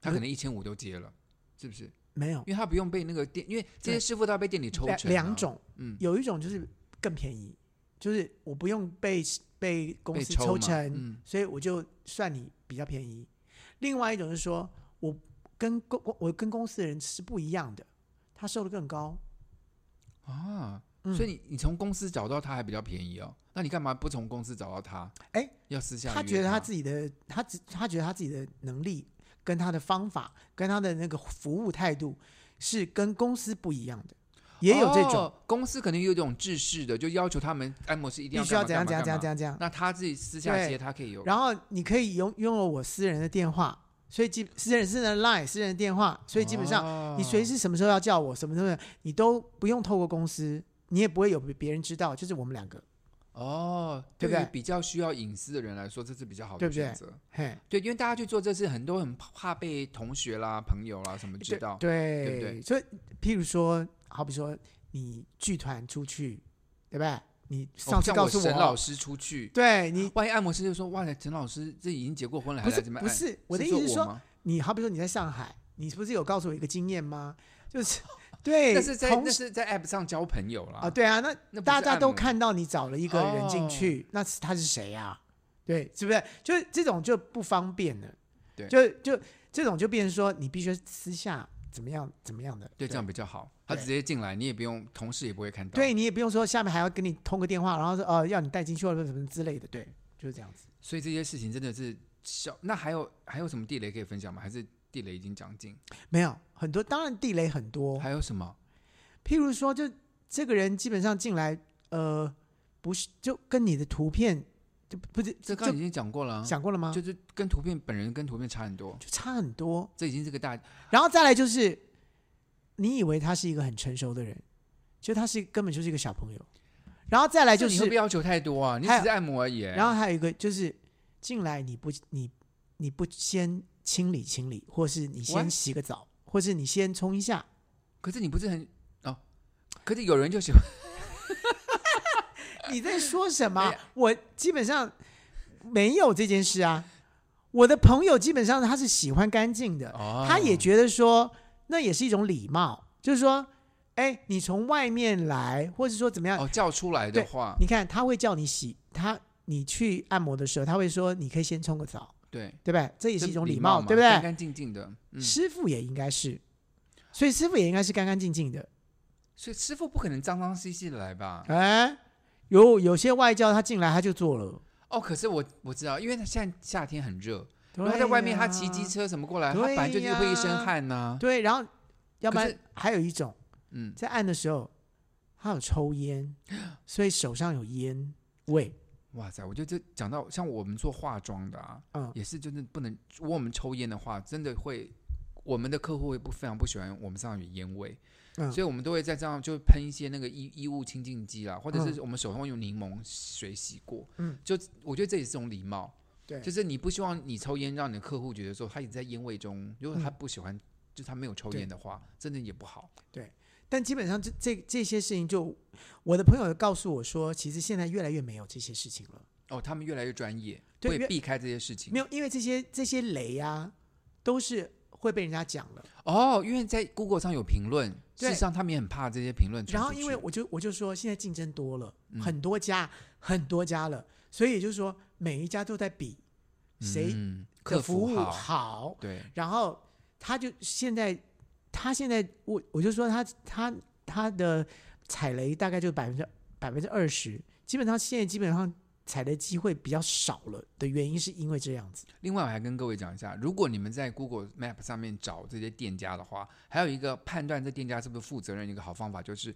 S2: 他
S1: 可
S2: 可能一千五都接了，是不是？
S1: 没有
S2: 因为他不用被那个店，因为这些
S1: 对
S2: 师傅都要被店里抽成、
S1: 两两，种，
S2: 嗯，
S1: 有一种就是更便宜，就是我不用被被公
S2: 被
S1: 司抽
S2: 抽嘛
S1: 成，
S2: 嗯，
S1: 所以我就算你比较便宜。另外一种是说我跟公我跟公司的人是不一样的，他收的更高，
S2: 啊，
S1: 嗯
S2: 所以你你从公司找到他还比较便宜哦，那你干嘛不从公司找到他？
S1: 哎，
S2: 要私下
S1: 他
S2: 约
S1: 觉得
S2: 他
S1: 他自己的他只他觉得他自己的能力跟他的方法跟他的那个服务态度是跟公司不一样的，也有这种、
S2: 哦公司肯定有这种制式的，就要求他们按摩师一定
S1: 必须要怎样怎样怎样
S2: 样
S1: 怎样怎样。
S2: 那他自己私下
S1: 对
S2: 接，他可以有
S1: 然后你可以拥拥有我私人的电话，所以基私人私人的 Line 私人的电话，所以基本上
S2: 上
S1: 你随时什么时候要叫我，什么时候你都不用透过公司，你也不会有别别人知道，就是我们两个，
S2: 哦，
S1: 对
S2: 对
S1: 不对
S2: 于比较需要隐私的人来说，这是比较好
S1: 对
S2: 的
S1: 不对
S2: 选择。
S1: 嘿，
S2: 对，因为大家去做这事，很多很怕被同学啦、朋友啦什么知道。哦
S1: 对
S2: 对不对
S1: 所以譬如说，好比说你剧团出去，对不对？你
S2: 哦
S1: 上次
S2: 像
S1: 告
S2: 我
S1: 诉
S2: 沈老
S1: 我，啊
S2: 师出去，
S1: 对你
S2: 万一按摩师就说：“哇，陈老师这已经结过婚了，还
S1: 不
S2: 来
S1: 是
S2: 这边
S1: 不
S2: 按？”
S1: 是我的意思是
S2: 说
S1: 说，
S2: 吗，
S1: 你好比说你在上海，你不是有告诉我一个经验吗？就是对，
S2: 那是在
S1: 哎同
S2: 那
S1: 时
S2: 是在 App 上交朋友啦。
S1: 啊，对啊，那
S2: 呃那不是嗯
S1: 大
S2: 哦
S1: 家
S2: 按
S1: 都
S2: 摩
S1: 看到你找了一个人进去，那是他是谁呀、对，是不是？就是这种就不方便了。
S2: 对
S1: 就就这种就变成说，你必须私下怎么样怎么样的。
S2: 对，这样比较好。他
S1: 对
S2: 直接进来，你也不用，同事也不会看到。
S1: 对你也不用说下面还要跟你通个电话，然后说呃要你带进去或者什么之类的，对，就是这样子。
S2: 所以这些事情真的是小。那还有还有什么地雷可以分享吗？还是地雷已经讲尽？
S1: 没有很多，当然地雷很多，
S2: 还有什么？
S1: 譬如说，就这个人基本上进来，呃，不是就跟你的图片就不是
S2: 这
S1: 就
S2: 刚刚已经讲过了啊，
S1: 讲过了吗？就
S2: 就是跟图片本人跟图片差很多。
S1: 就差很多。
S2: 这已经是个大
S1: 然后再来就是，你以为他是一个很成熟的人，就他是根本就是一个小朋友。然后再来哎就
S2: 你会不会
S1: 是，
S2: 要求太多啊？你只
S1: 还有
S2: 是按摩而已。
S1: 然后还有一个就是进来你不你你不先清理清理，或是你先
S2: What？
S1: 洗个澡，或是你先冲一下，
S2: 可是你不是很哦？可是有人就喜欢
S1: 你在说什么
S2: 哎呀？
S1: 我基本上没有这件事啊。我的朋友基本上他是喜欢干净的，
S2: 哦，
S1: 他也觉得说那也是一种礼貌，就是说，哎，你从外面来，或是说怎么样，
S2: 哦叫出来的
S1: 对
S2: 话，
S1: 你看，他会叫你洗，他你去按摩的时候，他会说你可以先冲个澡，
S2: 对，
S1: 对不对？这也
S2: 这
S1: 是一种
S2: 礼
S1: 礼貌，
S2: 嘛
S1: 对不
S2: 干
S1: 对？
S2: 干净净的。嗯，
S1: 师傅也应该是，所以师傅也应该是干干净净的。
S2: 所以师傅不可能脏脏兮兮的来吧？
S1: 哎，有有些外教他进来他就做了，
S2: 哦，可是我我知道，因为他现在夏天很热，
S1: 对
S2: 然后在外面他
S1: 呀
S2: 骑机，车什么过来，他
S1: 对
S2: 本来就是会一身
S1: 呀
S2: 汗呐、
S1: 对，然后要不
S2: 可
S1: 然
S2: 是
S1: 还有一种
S2: 嗯，
S1: 在按的时候，他有抽 烟，所以手上有烟味。
S2: 哇塞，我觉得这讲到像我们做化妆的啊，
S1: 嗯
S2: 也是真的不能，如果我们抽烟的话，真的会。我们的客户会不非常不喜欢我们身上有烟味，
S1: 嗯
S2: 所以我们都会在这样就喷一些那个衣衣物清净剂啦，或者是我们手上用柠檬水洗过，
S1: 嗯，
S2: 就我觉得这也是种礼貌，
S1: 对
S2: 就是你不希望你抽烟让你的客户觉得说他也在烟味中，如果他
S1: 嗯
S2: 不喜欢，就他没有抽
S1: 对
S2: 烟的话，真的也不好。
S1: 但基本上这这这些事情就，我的朋友告诉我说，其实现在越来越没有这些事情了。
S2: 哦，他们越来越专业，
S1: 对
S2: 会
S1: 越
S2: 避开这些事情。
S1: 没
S2: 有
S1: 有，因为这些这些雷啊，都是会被人家讲的。
S2: 哦，因为在 Google 上有评论，事
S1: 对
S2: 实上他们也很怕这些评论传
S1: 然
S2: 出
S1: 后，
S2: 去。
S1: 因为我就我就说，现在竞争多了，
S2: 嗯
S1: 很多家很多家了，所以也就是说，每一家都在比谁
S2: 嗯、
S1: 的
S2: 客
S1: 服务
S2: 服好，
S1: 好。
S2: 对，
S1: 然后他就现在，他现在我我就说他他他的踩雷大概就百分之百分之二十，基本上现在基本上踩雷机会比较少了的原因，是因为这样子。
S2: 另外，我还跟各位讲一下，如果你们在 Google Map 上面找这些店家的话，还有一个判断这店家是不是负责任的一个好方法，就是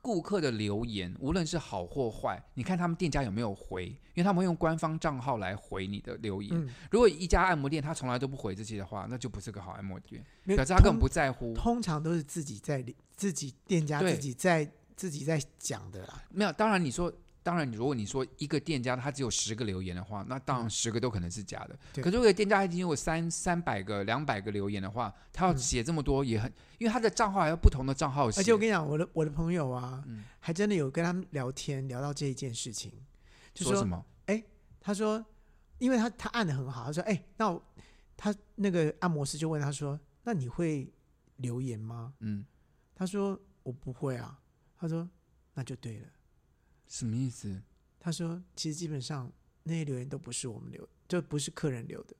S2: 顾客的留言，无论是好或坏，你看他们店家有没有回，因为他们会用官方账号来回你的留言。
S1: 嗯，
S2: 如果一家按摩店他从来都不回这些的话，那就不是个好按摩店，
S1: 没有
S2: 表示他根本
S1: 通
S2: 不在乎。
S1: 通常都是自己在里自己店家
S2: 对
S1: 自己在自己在讲的啦。
S2: 没有，当然你说，当然如果你说一个店家他只有十个留言的话，那当然十个都可能是假的。
S1: 嗯对
S2: 可是如果店家已经有三三百个、两百个留言的话，他要
S1: 嗯
S2: 写这么多也很，因为他的账号还有不同的账号写。
S1: 而且我跟你讲，我的我的朋友啊，
S2: 嗯
S1: 还真的有跟他们聊天聊到这一件事情，就
S2: 说什么？
S1: 他说，因为他他按的很好，他说，哎、那我他那个按摩师就问他说，那你会留言吗？
S2: 嗯，
S1: 他说我不会啊。他说那就对了。
S2: 什么意思？
S1: 他说其实基本上那些留言都不是我们留，就不是客人留的。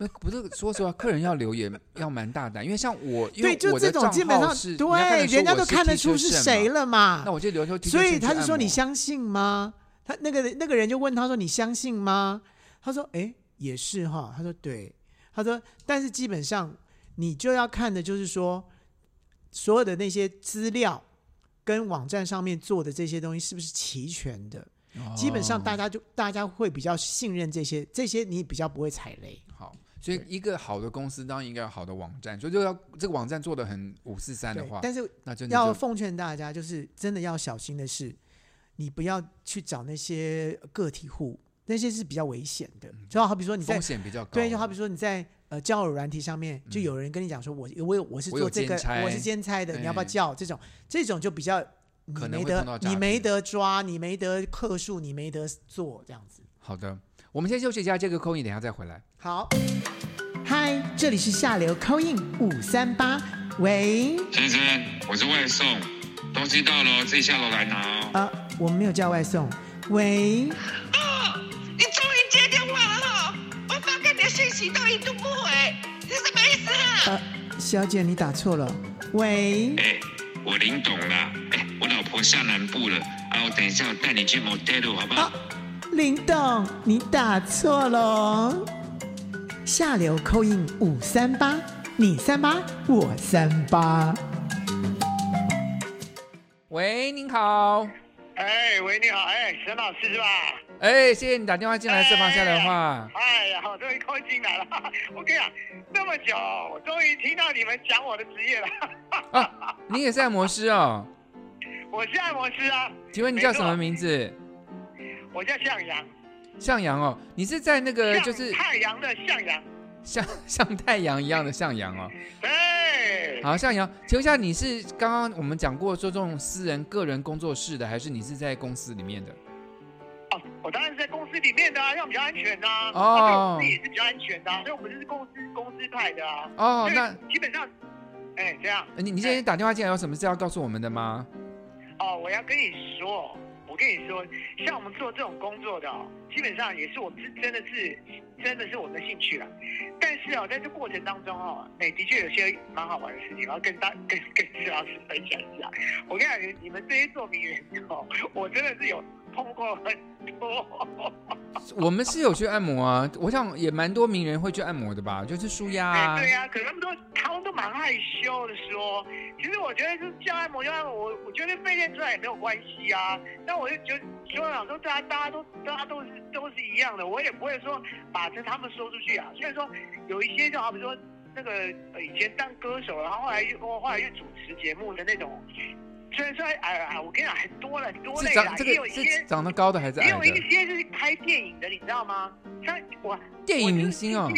S2: 那不是说实话，客人要留言 要蛮大胆，因为像我，因
S1: 对，
S2: 为
S1: 就
S2: 我
S1: 这
S2: 的
S1: 种
S2: 账
S1: 基本
S2: 号
S1: 上
S2: 是
S1: 对，人家都看得
S2: 得
S1: 出是谁
S2: 了。
S1: 了嘛
S2: 那。我就留说 T 恤
S1: 所以
S2: 衬
S1: 他
S2: 去
S1: 就
S2: 按
S1: 说：“你
S2: 摩
S1: 相信吗？”他那个那个人就问他说：“你相信吗？”他说：“哎，也是哈。”他说：“对。”他说：“但是基本上你就要看的就是说，所有的那些资料跟网站上面做的这些东西是不是齐全的？基本上
S2: 哦
S1: 大家就大家会比较信任这些，这些你比较不会踩雷。
S2: 好，所以
S1: 对
S2: 一个好的公司当然应该有好的网站，所以就要这个网站做的很五四三的
S1: 对
S2: 话，，
S1: 但是
S2: 那真的
S1: 要
S2: 就
S1: 奉劝大家，就是真的要小心的是，你不要去找那些个体户，那些是比较危险的。
S2: 嗯
S1: 就好比说你在
S2: 风险比较高了。
S1: 对，就好比说你在呃交友软体上面，就
S2: 嗯
S1: 有人跟你讲说，我我有我是
S2: 我有
S1: 做这
S2: 兼
S1: 个，
S2: 差
S1: 我是兼差的，你要不要
S2: 哎
S1: 叫？这种这种就比较你
S2: 可能
S1: 没
S2: 会碰到
S1: 得
S2: 诈
S1: 你
S2: 骗
S1: 没得抓，你没得克数，你没得做这样子。
S2: 好的，我们先休息一下，这个扣音等一下再回来。
S1: 好，嗨，这里是下流 c 印五三八，喂，
S3: 先生，我是外送，东西到了哦自己下楼来拿哦。
S1: 呃，我们没有叫外送，喂。
S4: 哦，你终于接电话了哈、我发给你的讯息都一度不回，是什么意思啊？
S1: 呃，小姐，你打错了。喂，
S3: 哎、我林董啦，哎、我老婆下南部了，啊，我等一下我带你去 motel 好不好？
S1: 啊林董，你打错了哦。下流扣印五三八，你三八，我三八。
S2: 喂，您好，
S5: 哎，喂，你好，哎，沈老师是吧？
S2: 哎，谢谢你打电话进来，私房下的话，
S5: 哎呀，我终于扣进来了。 我跟你讲，那么久，我终于听到你们讲我的职业了。
S2: 你也是按摩师哦？
S5: 我是按摩师啊，
S2: 请问你叫什么名字？
S5: 我叫向阳，
S2: 向阳哦，你是在那个
S5: 向
S2: 就是
S5: 太阳的向阳。
S2: 像像太阳一样的向阳哦。
S5: 哎，
S2: 好，向阳，请问一下，你是刚刚我们讲过说这种私人个人工作室的，还是你是在公司里面的？
S5: 哦，我当然是在公司里面的啊，这样比较安全呐、啊。
S2: 哦
S5: 啊对我们自己也是比较安全的、啊，所以我们是公司公司派的啊。
S2: 哦，
S5: 所以
S2: 那
S5: 基本上，哎，这样
S2: 呃你你今天打电话进来有什么事要告诉我们的吗？
S5: 哦，我要跟你说，我跟你说，像我们做这种工作的、哦，基本上也是我们是真的是真的是我们的兴趣了。但是哦，在这过程当中哦，哎，的确有些蛮好玩的事情，我要跟大 跟跟石老师分享一下。我跟你讲，你你们这些做名人哦，我真的是有碰过很多。
S2: 我们是有去按摩啊，我想也蛮多名人会去按摩的吧，就是舒压
S5: 哎，
S2: 啊
S5: 对。呀、可是他们都他们都蛮害羞的说，其实我觉得是叫按摩就按摩，我我觉得被练出来也没有关系啊。那我就觉得，希望想说大家大家都大家都是都是一样的，我也不会说把这他们说出去啊。虽然说有一些就好比说那个呃以前当歌手，然后后来又后来又主持节目的那种，虽然说哎呀，我跟你讲很多了很多类
S2: 是
S5: 啦
S2: 长，这
S5: 也有
S2: 个
S5: 一
S2: 是
S5: 些
S2: 长得高的还是
S5: 也
S2: 矮
S5: 有一
S2: 的？
S5: 些是拍电影的，你知道吗？像我
S2: 电影明星哦，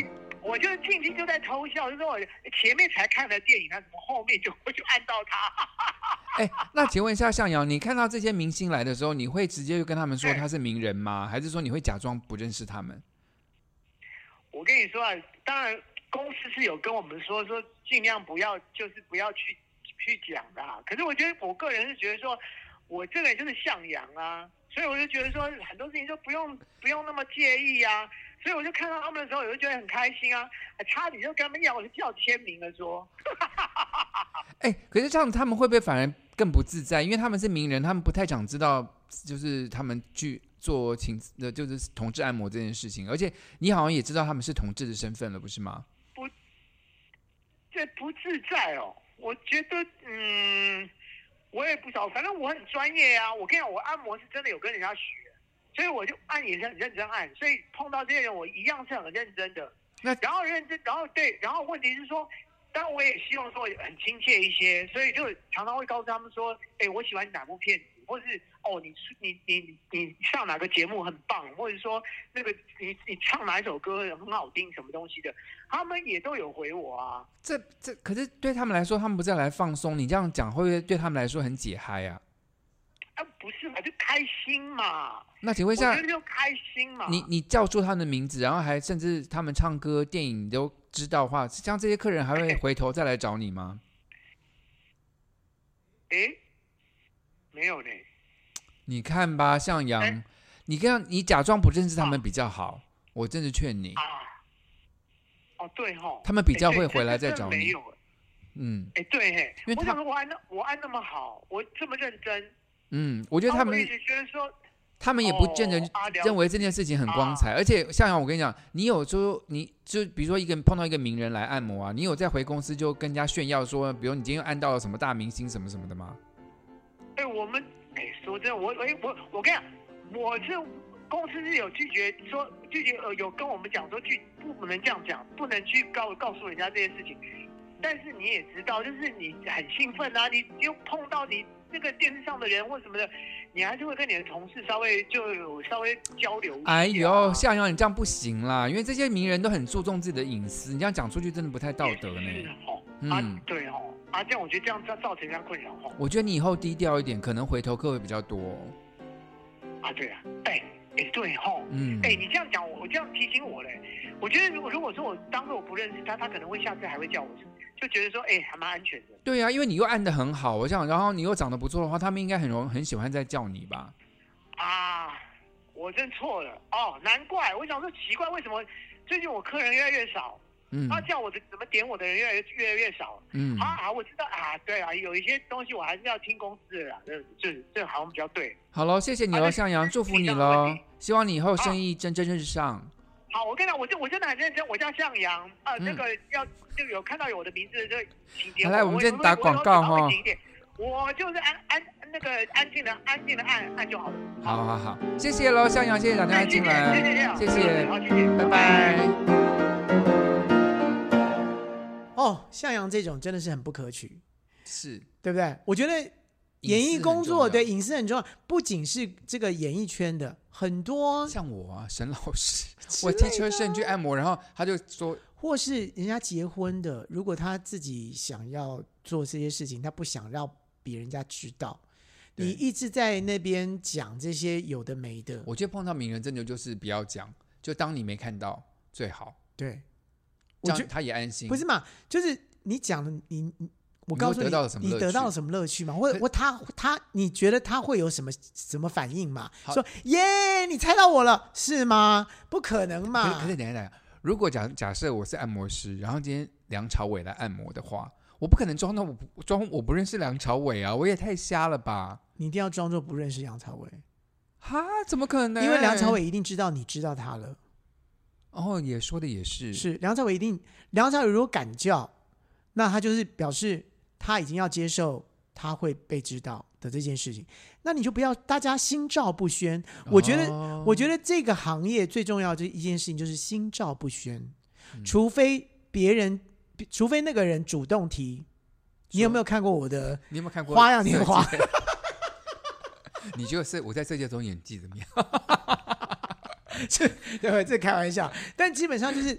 S5: 我就是静静就在偷笑，就说我前面才看了电影，他怎么后面就我就按到他？
S2: 哎，那请问一下向阳，你看到这些明星来的时候，你会直接就跟他们说
S5: 哎
S2: 他是名人吗？还是说你会假装不认识他们？
S5: 我跟你说啊，当然公司是有跟我们说说尽量不要，就是不要去去讲的、啊。可是我觉得我个人是觉得说，我这个人就是向阳啊，所以我就觉得说很多事情都不用不用那么介意啊。所以我就看到他们的时候，我就觉得很开心啊，还差点就跟他们要我就叫签名了说。
S2: 哎，可是这样他们会不会反而更不自在？因为他们是名人，他们不太想知道，就是他们去做情呃就是同志按摩这件事情，而且你好像也知道他们是同志的身份了，不是吗？
S5: 这不自在哦。我觉得，嗯，我也不晓得，反正我很专业呀、我跟你讲，我按摩是真的有跟人家学，所以我就按也是很认真按，所以碰到这些人，我一样是很认真的。
S2: 那
S5: 然后认真，然后对，然后问题是说，但我也希望说很亲切一些，所以就常常会告诉他们说，哎，我喜欢哪部片子，或是哦，你是你你你上哪个节目很棒，或者说那个你你唱哪一首歌很好听，什么东西的，他们也都有回我啊。
S2: 这这可是对他们来说，他们不是来放松，你这样讲会不会对他们来说很解嗨啊？
S5: 啊，不是嘛，就开心嘛，
S2: 那请问
S5: 我
S2: 一
S5: 觉
S2: 下
S5: 得，就开心嘛。
S2: 你你叫出他们的名字，然后还甚至他们唱歌、电影你都知道的话，像这些客人还会回头再来找你吗？
S5: 诶，没有呢，
S2: 你看吧，向阳
S5: 哎，
S2: 你这样你假装不认识他们比较好，我真是劝你，
S5: 啊，哦对吼，
S2: 他们比
S5: 诶
S2: 较
S5: 对
S2: 会
S5: 这
S2: 回来
S5: 这
S2: 再
S5: 这
S2: 找
S5: 没
S2: 你。
S5: 有，
S2: 嗯
S5: 哎对嘿
S2: 因为，
S5: 我
S2: 他
S5: 想说我按那我按那么好，我这么认真，啊
S2: 嗯，我觉得他
S5: 然后我
S2: 们
S5: 一直觉得说，
S2: 他们也不见得
S5: 哦啊了啊
S2: 认为这件事情很光彩，而且向阳，我跟你讲，你有时候你就比如说一个碰到一个名人来按摩啊，你有再回公司就跟人家炫耀说，比如你今天又按到了什么大明星什么什么的吗？
S5: 哎我们哎说真的，我哎我我跟你讲，我是公司是有拒绝说拒绝呃有跟我们讲说拒不能这样讲，不能去告告诉人家这件事情。但是你也知道，就是你很兴奋啊，你又碰到你那个电视上的人或什么的，你还是会跟你的同事稍微就有稍微交流一下啊。
S2: 哎呦，向阳，你这样不行啦，因为这些名人都很注重自己的隐私，你这样讲出去真的不太道德
S5: 也是
S2: 呢。
S5: 哦，
S2: 嗯
S5: 啊，对哦，啊，这样我觉得这样造造成人家困扰哦。
S2: 我觉得你以后低调一点，可能回头客会比较多哦。
S5: 啊，对啊，哎哎，对哦。
S2: 嗯，
S5: 哎，你这样讲我，我这样提醒我嘞。我觉得如果如果说我当时我不认识他，他可能会下次还会叫我，就觉得说，哎，还蛮安全的。
S2: 对呀、啊因为你又按的很好，我想，然后你又长得不错的话，他们应该很容很喜欢再叫你吧？
S5: 啊，我真错了哦，难怪我想说奇怪，为什么最近我客人越来越少，
S2: 嗯
S5: 他、叫我的怎么点我的人越来越越来越少、
S2: 嗯，
S5: 啊？我知道啊，对啊，有一些东西我还是要听公司的啦，这这这好像比较对。
S2: 好喽，谢谢你
S5: 啊
S2: 喽，
S5: 那
S2: 向阳，祝福
S5: 你
S2: 你
S5: 当
S2: 喽
S5: 问题，
S2: 希望你以后生意蒸蒸日上。
S5: 好，我跟你讲，我真我真的很认真，我叫向阳，呃，
S2: 嗯
S5: 那个要就有看到有我的名字就请点
S2: 好
S5: 我。
S2: 来我们今天打广告哈
S5: 哈。我就是安安那个安静的安静的按按就好了。
S2: 好好好，谢谢喽，向阳，谢谢打电话
S5: 哎，
S2: 进来，谢
S5: 谢谢
S2: 谢
S5: 好，谢谢，
S2: 拜拜。
S1: 哦，向阳这种真的是很不可取，
S2: 是，
S1: 对不对？我觉得
S2: 隐
S1: 演
S2: 私
S1: 艺
S2: 很
S1: 工
S2: 重
S1: 作
S2: 要
S1: 对隐私很重要，不仅是这个演艺圈的，很多
S2: 像我啊，沈老师，我骑车甚去按摩，然后他就说，
S1: 或是人家结婚的，如果他自己想要做这些事情，他不想让别人家知道，
S2: 对
S1: 你一直在那边讲这些有的没的，
S2: 我觉得碰到名人真的就是不要讲，就当你没看到最好，
S1: 对，
S2: 这
S1: 我觉
S2: 样他也安心。
S1: 不是嘛，就是你讲的，你你我
S2: 你
S1: 告
S2: 会
S1: 诉
S2: 得
S1: 你
S2: 到了什么
S1: 你
S2: 乐
S1: 得到
S2: 趣
S1: 了什么乐趣嘛？或
S2: 可
S1: 或他他，你觉得他会有什么什么反应嘛？
S2: 好
S1: 说耶，你猜到我了，是吗？不可能
S2: 可是
S1: 嘛
S2: 可！是等一下等一下，如果假假设我是按摩师，然后今天梁朝伟来按摩的话，我不可能装到我不装我不认识梁朝伟啊，我也太瞎了吧？
S1: 你一定要装作不认识梁朝伟，
S2: 哈，怎么可能？
S1: 因为梁朝伟一定知道你知道他了。
S2: 哦，也说的也是，
S1: 是梁朝伟一定，梁朝伟如果敢叫，那他就是表示他已经要接受他会被知道的这件事情。那你就不要大家心照不宣。我觉得，
S2: 哦
S1: 我觉得这个行业最重要的一件事情就是心照不宣，
S2: 嗯
S1: 除非别人，除非那个人主动提。你有没有看过我的？
S2: 你有没有看过《
S1: 花样年华》？
S2: 你觉得是我在这届中演技怎么样？
S1: 这 对，这开玩笑。但基本上就是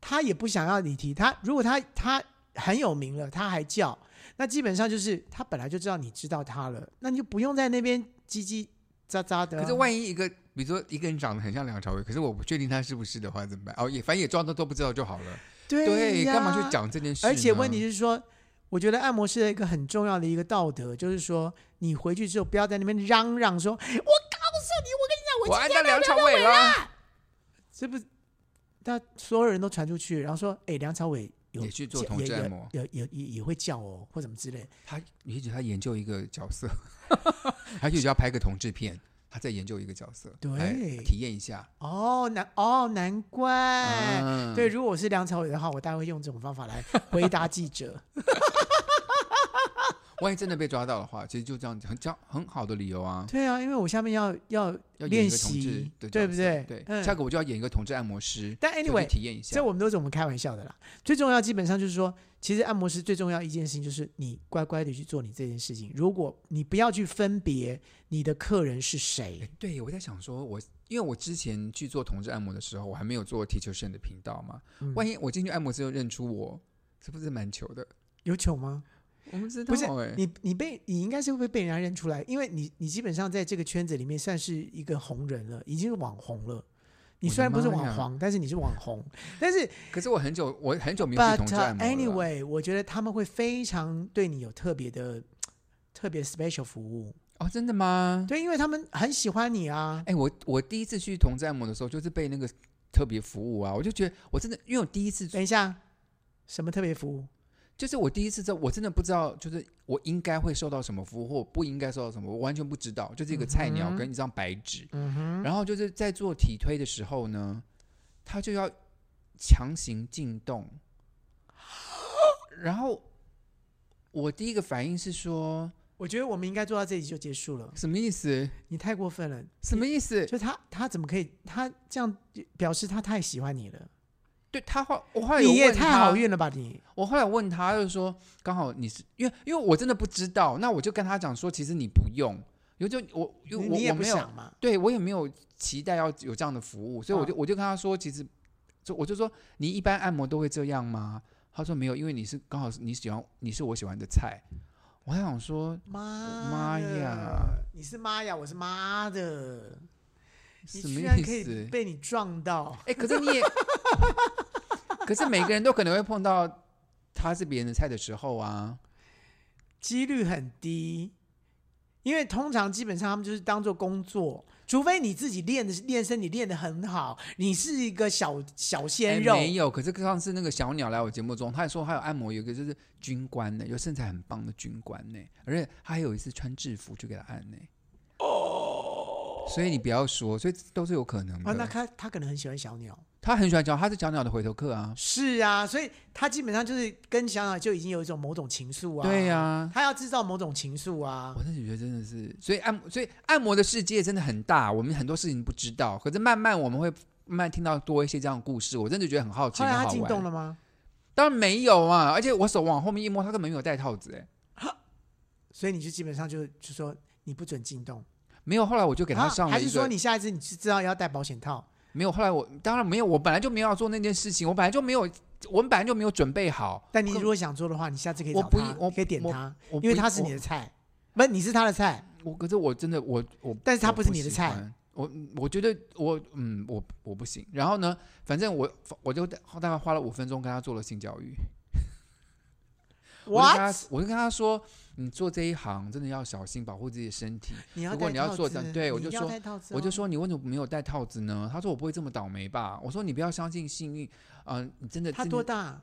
S1: 他也不想要你提他。如果他他很有名了，他还叫，那基本上就是他本来就知道你知道他了，那你就不用在那边叽叽喳喳的啊、
S2: 可是万一一个，比如说一个人长得很像梁朝伟，可是我不确定他是不是的话，怎么办？哦，也反正也装作都不知道就好了。
S1: 对
S2: 对，
S1: 呀
S2: 干嘛去？讲这件事呢？
S1: 而且问题是说，我觉得按摩师的一个很重要的一个道德，就是说你回去之后不要在那边嚷嚷说“我告诉你，我跟你讲，
S2: 我
S1: 今
S2: 按
S1: 天
S2: 到梁朝伟了，
S1: 这不，但所有人都传出去，然后说，哎，梁朝伟有
S2: 也去做
S1: 叫
S2: 同
S1: 也
S2: 志
S1: 也
S2: 按摩
S1: 也也也也会叫哦，或什么之类。
S2: 他也许他研究一个角色，他也许要拍个同志片，他在研究一个角色，
S1: 对
S2: 来体验一下。
S1: 哦，难哦，难怪。哎
S2: 嗯
S1: 对，如果我是梁朝伟的话，我大概会用这种方法来回答记 者。
S2: 万一真的被抓到的话，其实就这样很这样很好的理由啊，
S1: 对啊，因为我下面要要
S2: 要演一
S1: 练
S2: 个同志
S1: 习，
S2: 的角色，
S1: 对不对？
S2: 对，
S1: 嗯
S2: 下个我就要演一个同志按摩师，
S1: 但
S2: 就去
S1: anyway，
S2: 体验一下
S1: 这。我们都是我们开玩笑的啦。最重要基本上就是说，其实按摩师最重要一件事情就是你乖乖的去做你这件事情。如果你不要去分别你的客人是谁
S2: 哎，对，我在想说，我因为我之前去做同志按摩的时候，我还没有做 Teacher Shen 的频道嘛，
S1: 嗯
S2: 万一我进去按摩师就认出我，这不是蛮糗的？
S1: 有糗吗？
S2: 我不知道、
S1: 不哎是
S2: 欸，
S1: 你，你被你应该是会被人家认出来，因为你你基本上在这个圈子里面算是一个红人了，已经是网红了。你
S2: 我的
S1: 虽然不是
S2: 妈呀
S1: 网红，但是你是网红。但是
S2: 可是我很久我很久没有去
S1: ，but uh, 呃
S2: 同志按摩了。
S1: anyway，我觉得他们会非常对你有特别的、特别 special 服务。
S2: 哦，真的吗？
S1: 对，因为他们很喜欢你啊。
S2: 哎，我我第一次去同志按摩的时候，就是被那个特别服务啊，我就觉得我真的，因为我第一次
S1: 等一下，什么特别服务？
S2: 就是我第一次知道，我真的不知道，就是我应该会受到什么服务，或不应该受到什么，我完全不知道，就是一个菜鸟跟一张白纸。
S1: 嗯哼，
S2: 然后就是在做体推的时候呢，他就要强行进动，然后我第一个反应是说，
S1: 我觉得我们应该做到这里就结束了。
S2: 什么意思？
S1: 你太过分了，
S2: 什么意思？
S1: 就他他怎么可以？他这样表示他太喜欢你了，
S2: 对他后，我后来有
S1: 你也
S2: 问
S1: 太
S2: 他
S1: 好运了吧你？
S2: 我后来问他，他就说刚好你是因为因为我真的不知道，那我就跟他讲说，其实你不用，因为就我因为
S1: 你
S2: 我
S1: 你也
S2: 我
S1: 不
S2: 没有
S1: 想嘛？
S2: 对我也没有期待要有这样的服务，所
S1: 嗯
S2: 以我就、我就跟他说，其实就我就说你一般按摩都会这样吗？他说没有，因为你是刚好是你喜欢你是我喜欢的菜。我还想说，
S1: 妈
S2: 妈
S1: 的
S2: 呀！
S1: 你是妈呀，我是妈的，你
S2: 什么
S1: 居然
S2: 意
S1: 可以
S2: 思？
S1: 被你撞到，
S2: 哎、可 是你也，可是每个人都可能会碰到他是别人的菜的时候啊。
S1: 几率很低。因为通常基本上他们就是当做工作，除非你自己练的练身体练得很好，你是一个小小
S2: 哎
S1: 鲜肉，
S2: 没有，可是上次那个小鸟来我节目中，他也说他有按摩，有一个就是军官呢，有身材很棒的军官呢，而且他还有一次穿制服去给他按呢。哦，所以你不要说，所以都是有可能的。
S1: 啊，那他他可能很喜欢小鸟。
S2: 他很喜欢小，他是小鸟的回头客啊。
S1: 是啊，所以他基本上就是跟小鸟就已经有一种某种情愫啊。
S2: 对呀、
S1: 他要制造某种情愫啊
S2: 我。真的觉得真的是，所以按所以按摩的世界真的很大，我们很多事情不知道，可是慢慢我们会慢慢听到多一些这样的故事，我真的觉得很好奇，
S1: 后来
S2: 很
S1: 他
S2: 好
S1: 进
S2: 玩。
S1: 洞了吗？
S2: 当然没有啊，而且我手往后面一摸，他根本没有戴套子哎。
S1: 所以你就基本上就就说你不准进洞，
S2: 没有，后来我就给他
S1: 啊
S2: 上了
S1: 还
S2: 一
S1: 是
S2: 个。
S1: 说你下一次你是知道要戴保险套？
S2: 没有，后来我当然没有，我本来就没有要做那件事情，我本来就没有，我们本来就没有准备好。
S1: 但你如果想做的话，你下次可以
S2: 我
S1: 找
S2: 不
S1: 他，
S2: 我
S1: 你可以点
S2: 我
S1: 他，
S2: 我
S1: 因为
S2: 不
S1: 他是你的菜，不是你是他的菜。
S2: 我，我可是我真的我我，
S1: 但是他
S2: 我
S1: 不
S2: 不
S1: 是你的
S2: 喜
S1: 菜
S2: 欢。我我觉得我嗯我我不行。然后呢，反正我我就大大概花了五分钟跟他做了性教育。我就
S1: What？
S2: 跟他我就跟他说，你做这一行真的要小心保护自己的身体。
S1: 你要
S2: 如果
S1: 戴
S2: 你要
S1: 套
S2: 做
S1: 子
S2: 这对我
S1: 你
S2: 就
S1: 要
S2: 说
S1: 戴套子
S2: 我就
S1: 哦
S2: 说你为什么没有戴套子呢？他说我不会这么倒霉吧？我说你不要相信幸运，嗯、你真的
S1: 他
S2: 真
S1: 多
S2: 的
S1: 大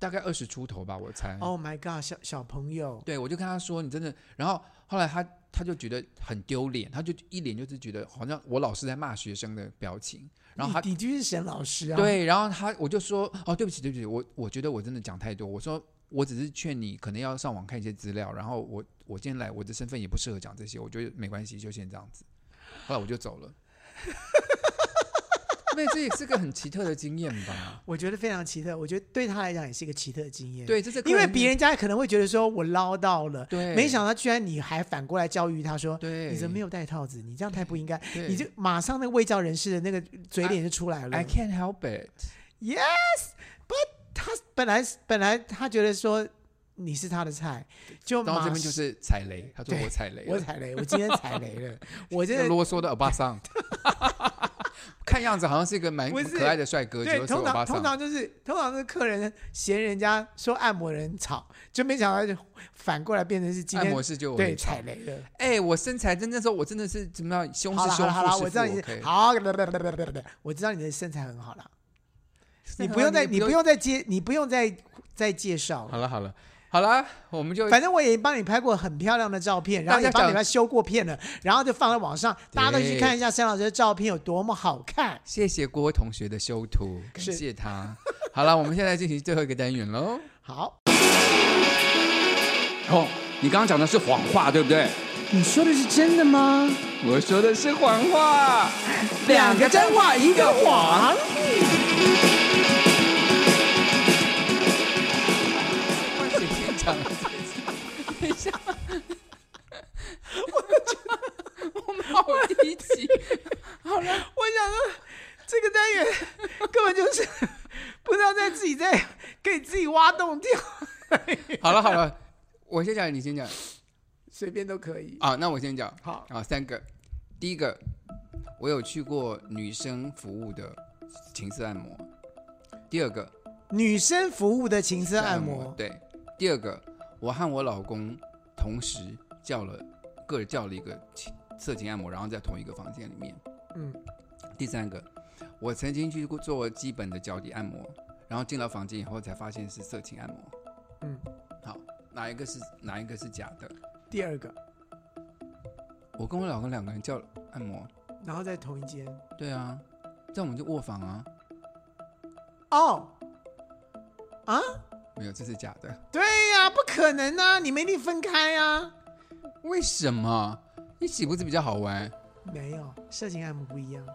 S2: 大概二十出头吧，我猜。
S1: ？Oh my god，小小朋友，
S2: 哎对，我就跟他说你真的，然后后来他他就觉得很丢脸，他就一脸就是觉得好像我老师在骂学生的表情，然后他
S1: 你你就是沈老师啊。，
S2: 对，然后他我就说哦，对不起，对不起，我我觉得我真的讲太多，我说我只是劝你可能要上网看一些资料，然后我我今天来我的身份也不适合讲这些，我觉得没关系，就先这样子，后来我就走了。对，这也是个很奇特的经验 吧？
S1: 我觉得非常奇特，我觉得对他来讲也是一个奇特的经验。
S2: 对，这是个
S1: 因为
S2: 人
S1: 别人家可能会觉得说我唠叨了，
S2: 对
S1: 没想到居然你还反过来教育他说，
S2: 对
S1: 你怎么没有戴套子？你这样太不应该，
S2: 对哎
S1: 你就马上那个卫教人士的那个嘴脸就出来了
S2: I。can't help it，
S1: 他本来本来他觉得说你是他的菜，就
S2: 然后
S1: 马
S2: 这边就是踩雷，他说
S1: 对
S2: 我踩雷了，
S1: 我踩雷，我今天踩雷 了，我
S2: 这
S1: 这
S2: 啰嗦的欧巴桑， 看样子好像是一个蛮
S1: 不是
S2: 可爱的帅哥，结
S1: 对，
S2: 果是欧
S1: 通
S2: 巴
S1: 常通常
S2: 桑。
S1: 就是通常是客人嫌人家说按摩人吵，就没想到就反过来变成是今
S2: 按
S1: 天
S2: 摩师就
S1: 对
S2: 很吵
S1: 踩雷了。
S2: 哎、我身材真的时候，我真的是怎么样，胸
S1: 好
S2: 是
S1: 了好了
S2: 胸，
S1: 好了，我
S2: 腹是
S1: 知
S2: 腹
S1: 道你
S2: ，OK
S1: 好，我知道你的身材很 好了，你不用再
S2: 也
S1: 你不用再介你不用再再介绍
S2: 好
S1: 了。
S2: 了好了，好啦，我们就
S1: 反正我也帮你拍过很漂亮的照片，然后
S2: 大
S1: 也
S2: 家讲
S1: 帮你修过片了，然后就放在网上，大家都去看一下沈老师的照片有多么好看。
S2: 谢谢郭同学的修图，感
S1: 是
S2: 谢他。好了，我们现在进行最后一个单元喽。
S1: 好，
S6: 哦，你刚刚讲的是谎话，对不对？
S1: 你说的是真的吗？
S6: 我说的是谎话，
S1: 两个真话，一个谎。
S2: 换谁先讲啊？这次等一下， 我们好低级。
S1: 我想说，这个单元 根本就是不知道在自己在给自己挖洞跳，
S2: 好了好了， 我先讲，你先讲。
S1: 随便都可以。
S2: 啊，那我先讲。
S1: 好，
S2: 啊，三个。第一个，我有去过女生服务的情色按摩。第二个，
S1: 女生服务的情色按摩，
S2: 对。第二个，我和我老公同时叫了各叫了一个情色情按摩，然后在同一个房间里面。
S1: 嗯，
S2: 第三个，我曾经去过做基本的脚底按摩，然后进到房间以后才发现是色情按摩。
S1: 嗯，
S2: 好，哪一个是哪一个是假的？
S1: 第二个，
S2: 我跟我老公两个人叫按摩。
S1: 然后在同一间。
S2: 对啊，这样我们就卧房啊。
S1: 哦，啊，
S2: 没有，这是假 的。
S1: 对呀、不可能啊，你们一定分开啊。
S2: 为什么？一起不是比较好玩？
S1: 没有，色情按摩不一样，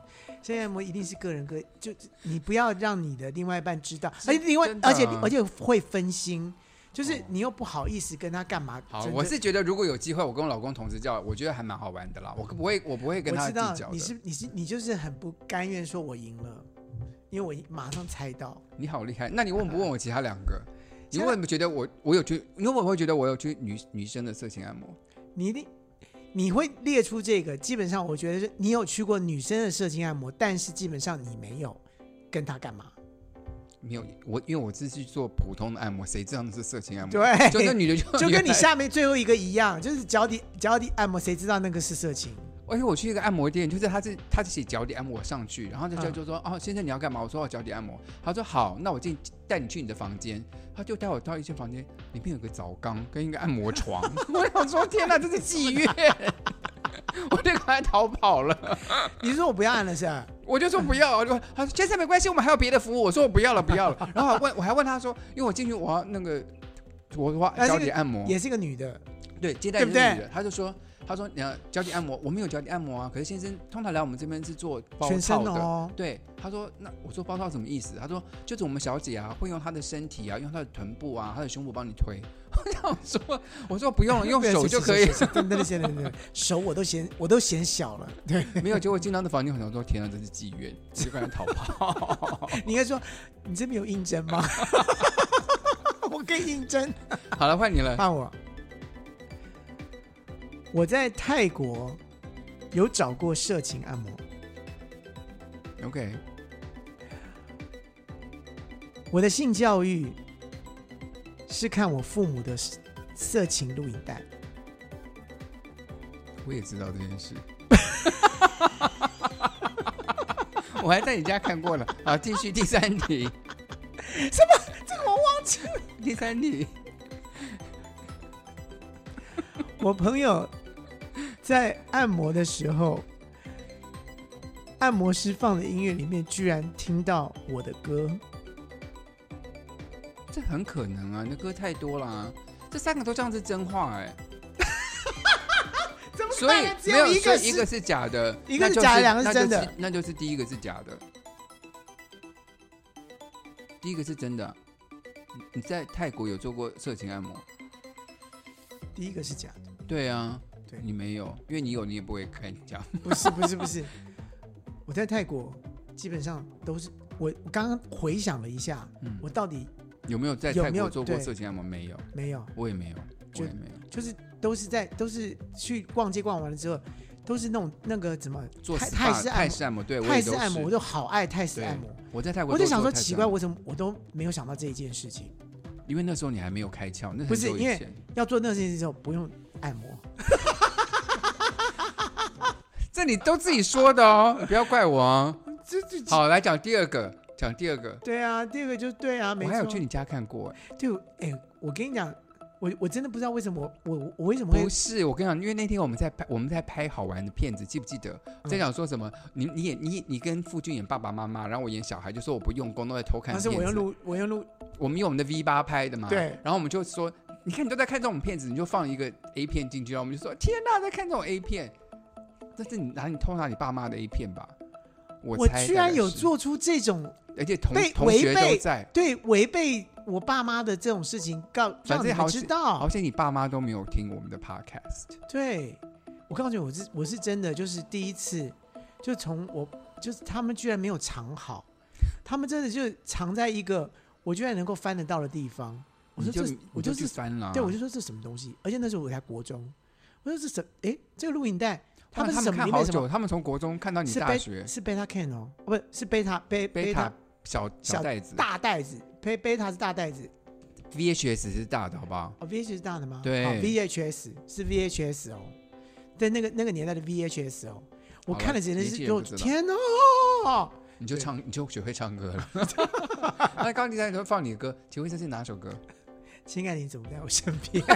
S1: 色情按摩一定是个人个，就你不要让你的另外一半知道，
S2: 是
S1: 而且另外
S2: 真，的啊
S1: 而且而且会分心，就是
S2: 哦
S1: 你又不好意思跟他干嘛。
S2: 好，
S1: 真的
S2: 我是觉得如果有机会，我跟我老公同时叫，我觉得还蛮好玩的啦。我不会，我不会跟
S1: 嗯我
S2: 他
S1: 知
S2: 计
S1: 道
S2: 较的。
S1: 你是你是你就是很不甘愿说我赢了，因为我马上猜到，
S2: 你好厉害，那你问不问我其他两个？
S1: 嗯
S2: 你为什么觉得我我有去？你为什么会觉得我有去女女生的色情按摩？
S1: 你一定你会列出这个，基本上我觉得是你有去过女生的色情按摩，但是基本上你没有跟他干嘛。
S2: 没有，我因为我是去做普通的按摩，谁知道那是色情按摩？
S1: 对
S2: 就那女的就
S1: 就跟你
S2: 下。
S1: 下面最后一个一样，就是脚底脚底按摩，谁知道那个是色情？
S2: 而哎且我去一个按摩店，就是他是他是写脚底按摩我上去，然后他就
S1: 嗯
S2: 就说、哦先生你要干嘛？我说我脚底按摩，他说好，那我进带你去你的房间，他就带我到一间房间，里面有个澡缸跟一个按摩床， 我想说天哪，这是妓院， 我就赶快逃跑了，
S1: 你是说我不要按了是吧？
S2: 我就说不要，我就他说先生没关系，我们还有别的服务，我说我不要了不要了，然后我还问我还问他说，因为我进去我要那个我我
S1: 那
S2: 要
S1: 哎这
S2: 脚
S1: 个
S2: 底按摩，
S1: 也是个女的，
S2: 对，接待
S1: 对
S2: 人
S1: 不
S2: 是女
S1: 对
S2: 的，他就说，他说你要脚底按摩，我没有脚底按摩啊。可是先生通常来我们这边是做包
S1: 全身
S2: 套的，
S1: 哦
S2: 对，他说那我做包套什么意思？他说就是我们小姐啊会用她的身体啊，用她的臀部啊，她的胸部帮你推。 我想说，我说不 用 了，用手就可以。
S1: 等等等等 等，手我都嫌我都嫌小了。对，
S2: 没有，结果进到那房间，我想说天啊，这是妓院，我就赶紧逃跑。
S1: 你应该说你这边有应征吗？ 我可以应征，
S2: 好了，换你了。
S1: 看我。我在泰国有找过色情按摩，
S2: OK，
S1: 我的性教育是看我父母的色情录影带。
S2: 我也知道这件事。 我还在你家看过了。好，继续第三题。
S1: 什么？这个我忘记了。
S2: 第三题，
S1: 我朋友在按摩的时候，按摩师放的音乐里面居然听到我的歌，
S2: 这很可能啊，你的歌太多了、啊。这三个都像是真话哎、
S1: 怎么
S2: 所以
S1: 只
S2: 没有
S1: 一
S2: 所
S1: 个
S2: 以一个是假的，
S1: 一个
S2: 那
S1: 是
S2: 就
S1: 假的两个是真的
S2: 那就是，那就是第一个是假的，第一个是真的啊。你你在泰国有做过色情按摩？
S1: 第一个是假的，
S2: 对啊，
S1: 对
S2: 你没有，因为你有你也不会开讲。
S1: 不是不是不是，我在泰国基本上都是我我刚刚回想了一下，
S2: 嗯
S1: 我到底
S2: 有没有在
S1: 有
S2: 泰
S1: 没有
S2: 国做过
S1: 对
S2: 色情按摩？没有，
S1: 没有，
S2: 我也没有，
S1: 就
S2: 我也没有。
S1: 就是都是在都是去逛街逛完了之后，都是那种那个怎么
S2: 做
S1: 泰
S2: SPA
S1: 泰式按
S2: 泰
S1: 摩
S2: 式按摩，对，我
S1: 泰
S2: 也
S1: 式
S2: 都
S1: 按摩，
S2: 是
S1: 我就好爱泰式
S2: 对
S1: 按摩。
S2: 我在泰国
S1: 我
S2: 都
S1: 就
S2: 做
S1: 想说
S2: 泰式
S1: 奇
S2: 按
S1: 怪，
S2: 摩
S1: 为什么我都没有想到这一件事情？
S2: 因为那时候你还没有开窍，那很
S1: 不是
S2: 久以
S1: 因为
S2: 前
S1: 要做那件事情的时候不用按摩，
S2: 这你都自己说的哦，你不要怪 我哦。
S1: 这这
S2: 好，来讲第二个，讲第二个。
S1: 对啊，第二个就对啊，没
S2: 我还有去
S1: 错
S2: 你。家看过，哎
S1: 对，哎，我跟你讲，我我真的不知道为什么我我我为什么会
S2: 不是，我跟你讲，因为那天我们在拍我们在拍好玩的片子，记不记得？
S1: 嗯
S2: 在讲说什么？你你演你你跟傅俊演爸爸妈妈，然后我演小孩，就说我不用功，都在偷看
S1: 但
S2: 片
S1: 是
S2: 子。
S1: 我用录，我用录，
S2: 我们用我们的 V 八拍的嘛，
S1: 对
S2: 然后我们就说，你看你都在看这种片子，你就放一个 A 片进去，然后我们就说，天哪，在看这种 A 片，这是你拿你偷拿你爸妈的 A 片吧？我
S1: 我
S2: 猜
S1: 居
S2: 大概
S1: 然有
S2: 是，
S1: 做出这种
S2: 而且同
S1: 被
S2: 同
S1: 违
S2: 学
S1: 背
S2: 都在，
S1: 对违背我爸妈的这种事情，告
S2: 反
S1: 让你
S2: 正
S1: 们
S2: 好
S1: 知
S2: 险
S1: 道
S2: 好。像哦你爸妈都没有听我们的 Podcast，
S1: 对，我告诉你，我是我是真的，就是第一次，就从我就是他们居然没有藏好，他们真的就藏在一个我居然能够翻得到的地方。我
S2: 你
S1: 说
S2: 就
S1: 这，我
S2: 你就去
S1: 是
S2: 翻了啊，
S1: 对，我就说这什么东西？而且那时候我才国中，我说这什哎，这个录影带
S2: 他
S1: 们
S2: 们
S1: 是什么？
S2: 看
S1: 里面
S2: 好
S1: 什么
S2: 久，？他们从国中看到你
S1: 是
S2: 大
S1: beta
S2: 学，
S1: 是 beta can 哦，不是贝塔贝贝
S2: 贝
S1: 塔
S2: 塔小小袋子，
S1: 大袋子，贝贝塔是大袋子，
S2: VHS 是大的，好不好？
S1: 哦 VHS 是大的吗？
S2: 对
S1: 好 VHS 是 VHS 哦，在那个那个年代的 VHS 哦，我
S2: 好了
S1: 看了简直
S2: 年纪
S1: 是
S2: 人
S1: 就
S2: 不知道
S1: 天哦，
S2: 你就唱，你就学会唱 歌了。那刚才在都放你的歌，请问这是哪首歌？
S1: 亲爱的你怎么在我身边？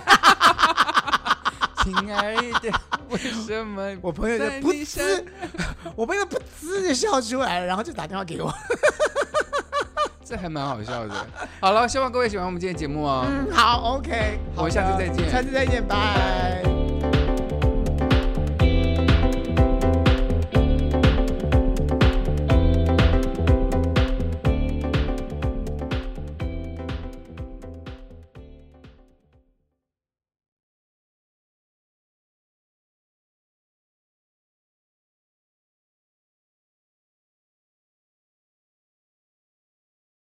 S2: 亲爱的，为什么
S1: 我朋友就
S2: 在
S1: 不知
S2: 你身，
S1: 我朋友不知就笑出来了，然后就打电话给我。
S2: 这还蛮好笑的。好了，希望各位喜欢我们今天的节目哦。
S1: 嗯，好，OK，
S2: 我们下次再见
S1: 下次再见，拜。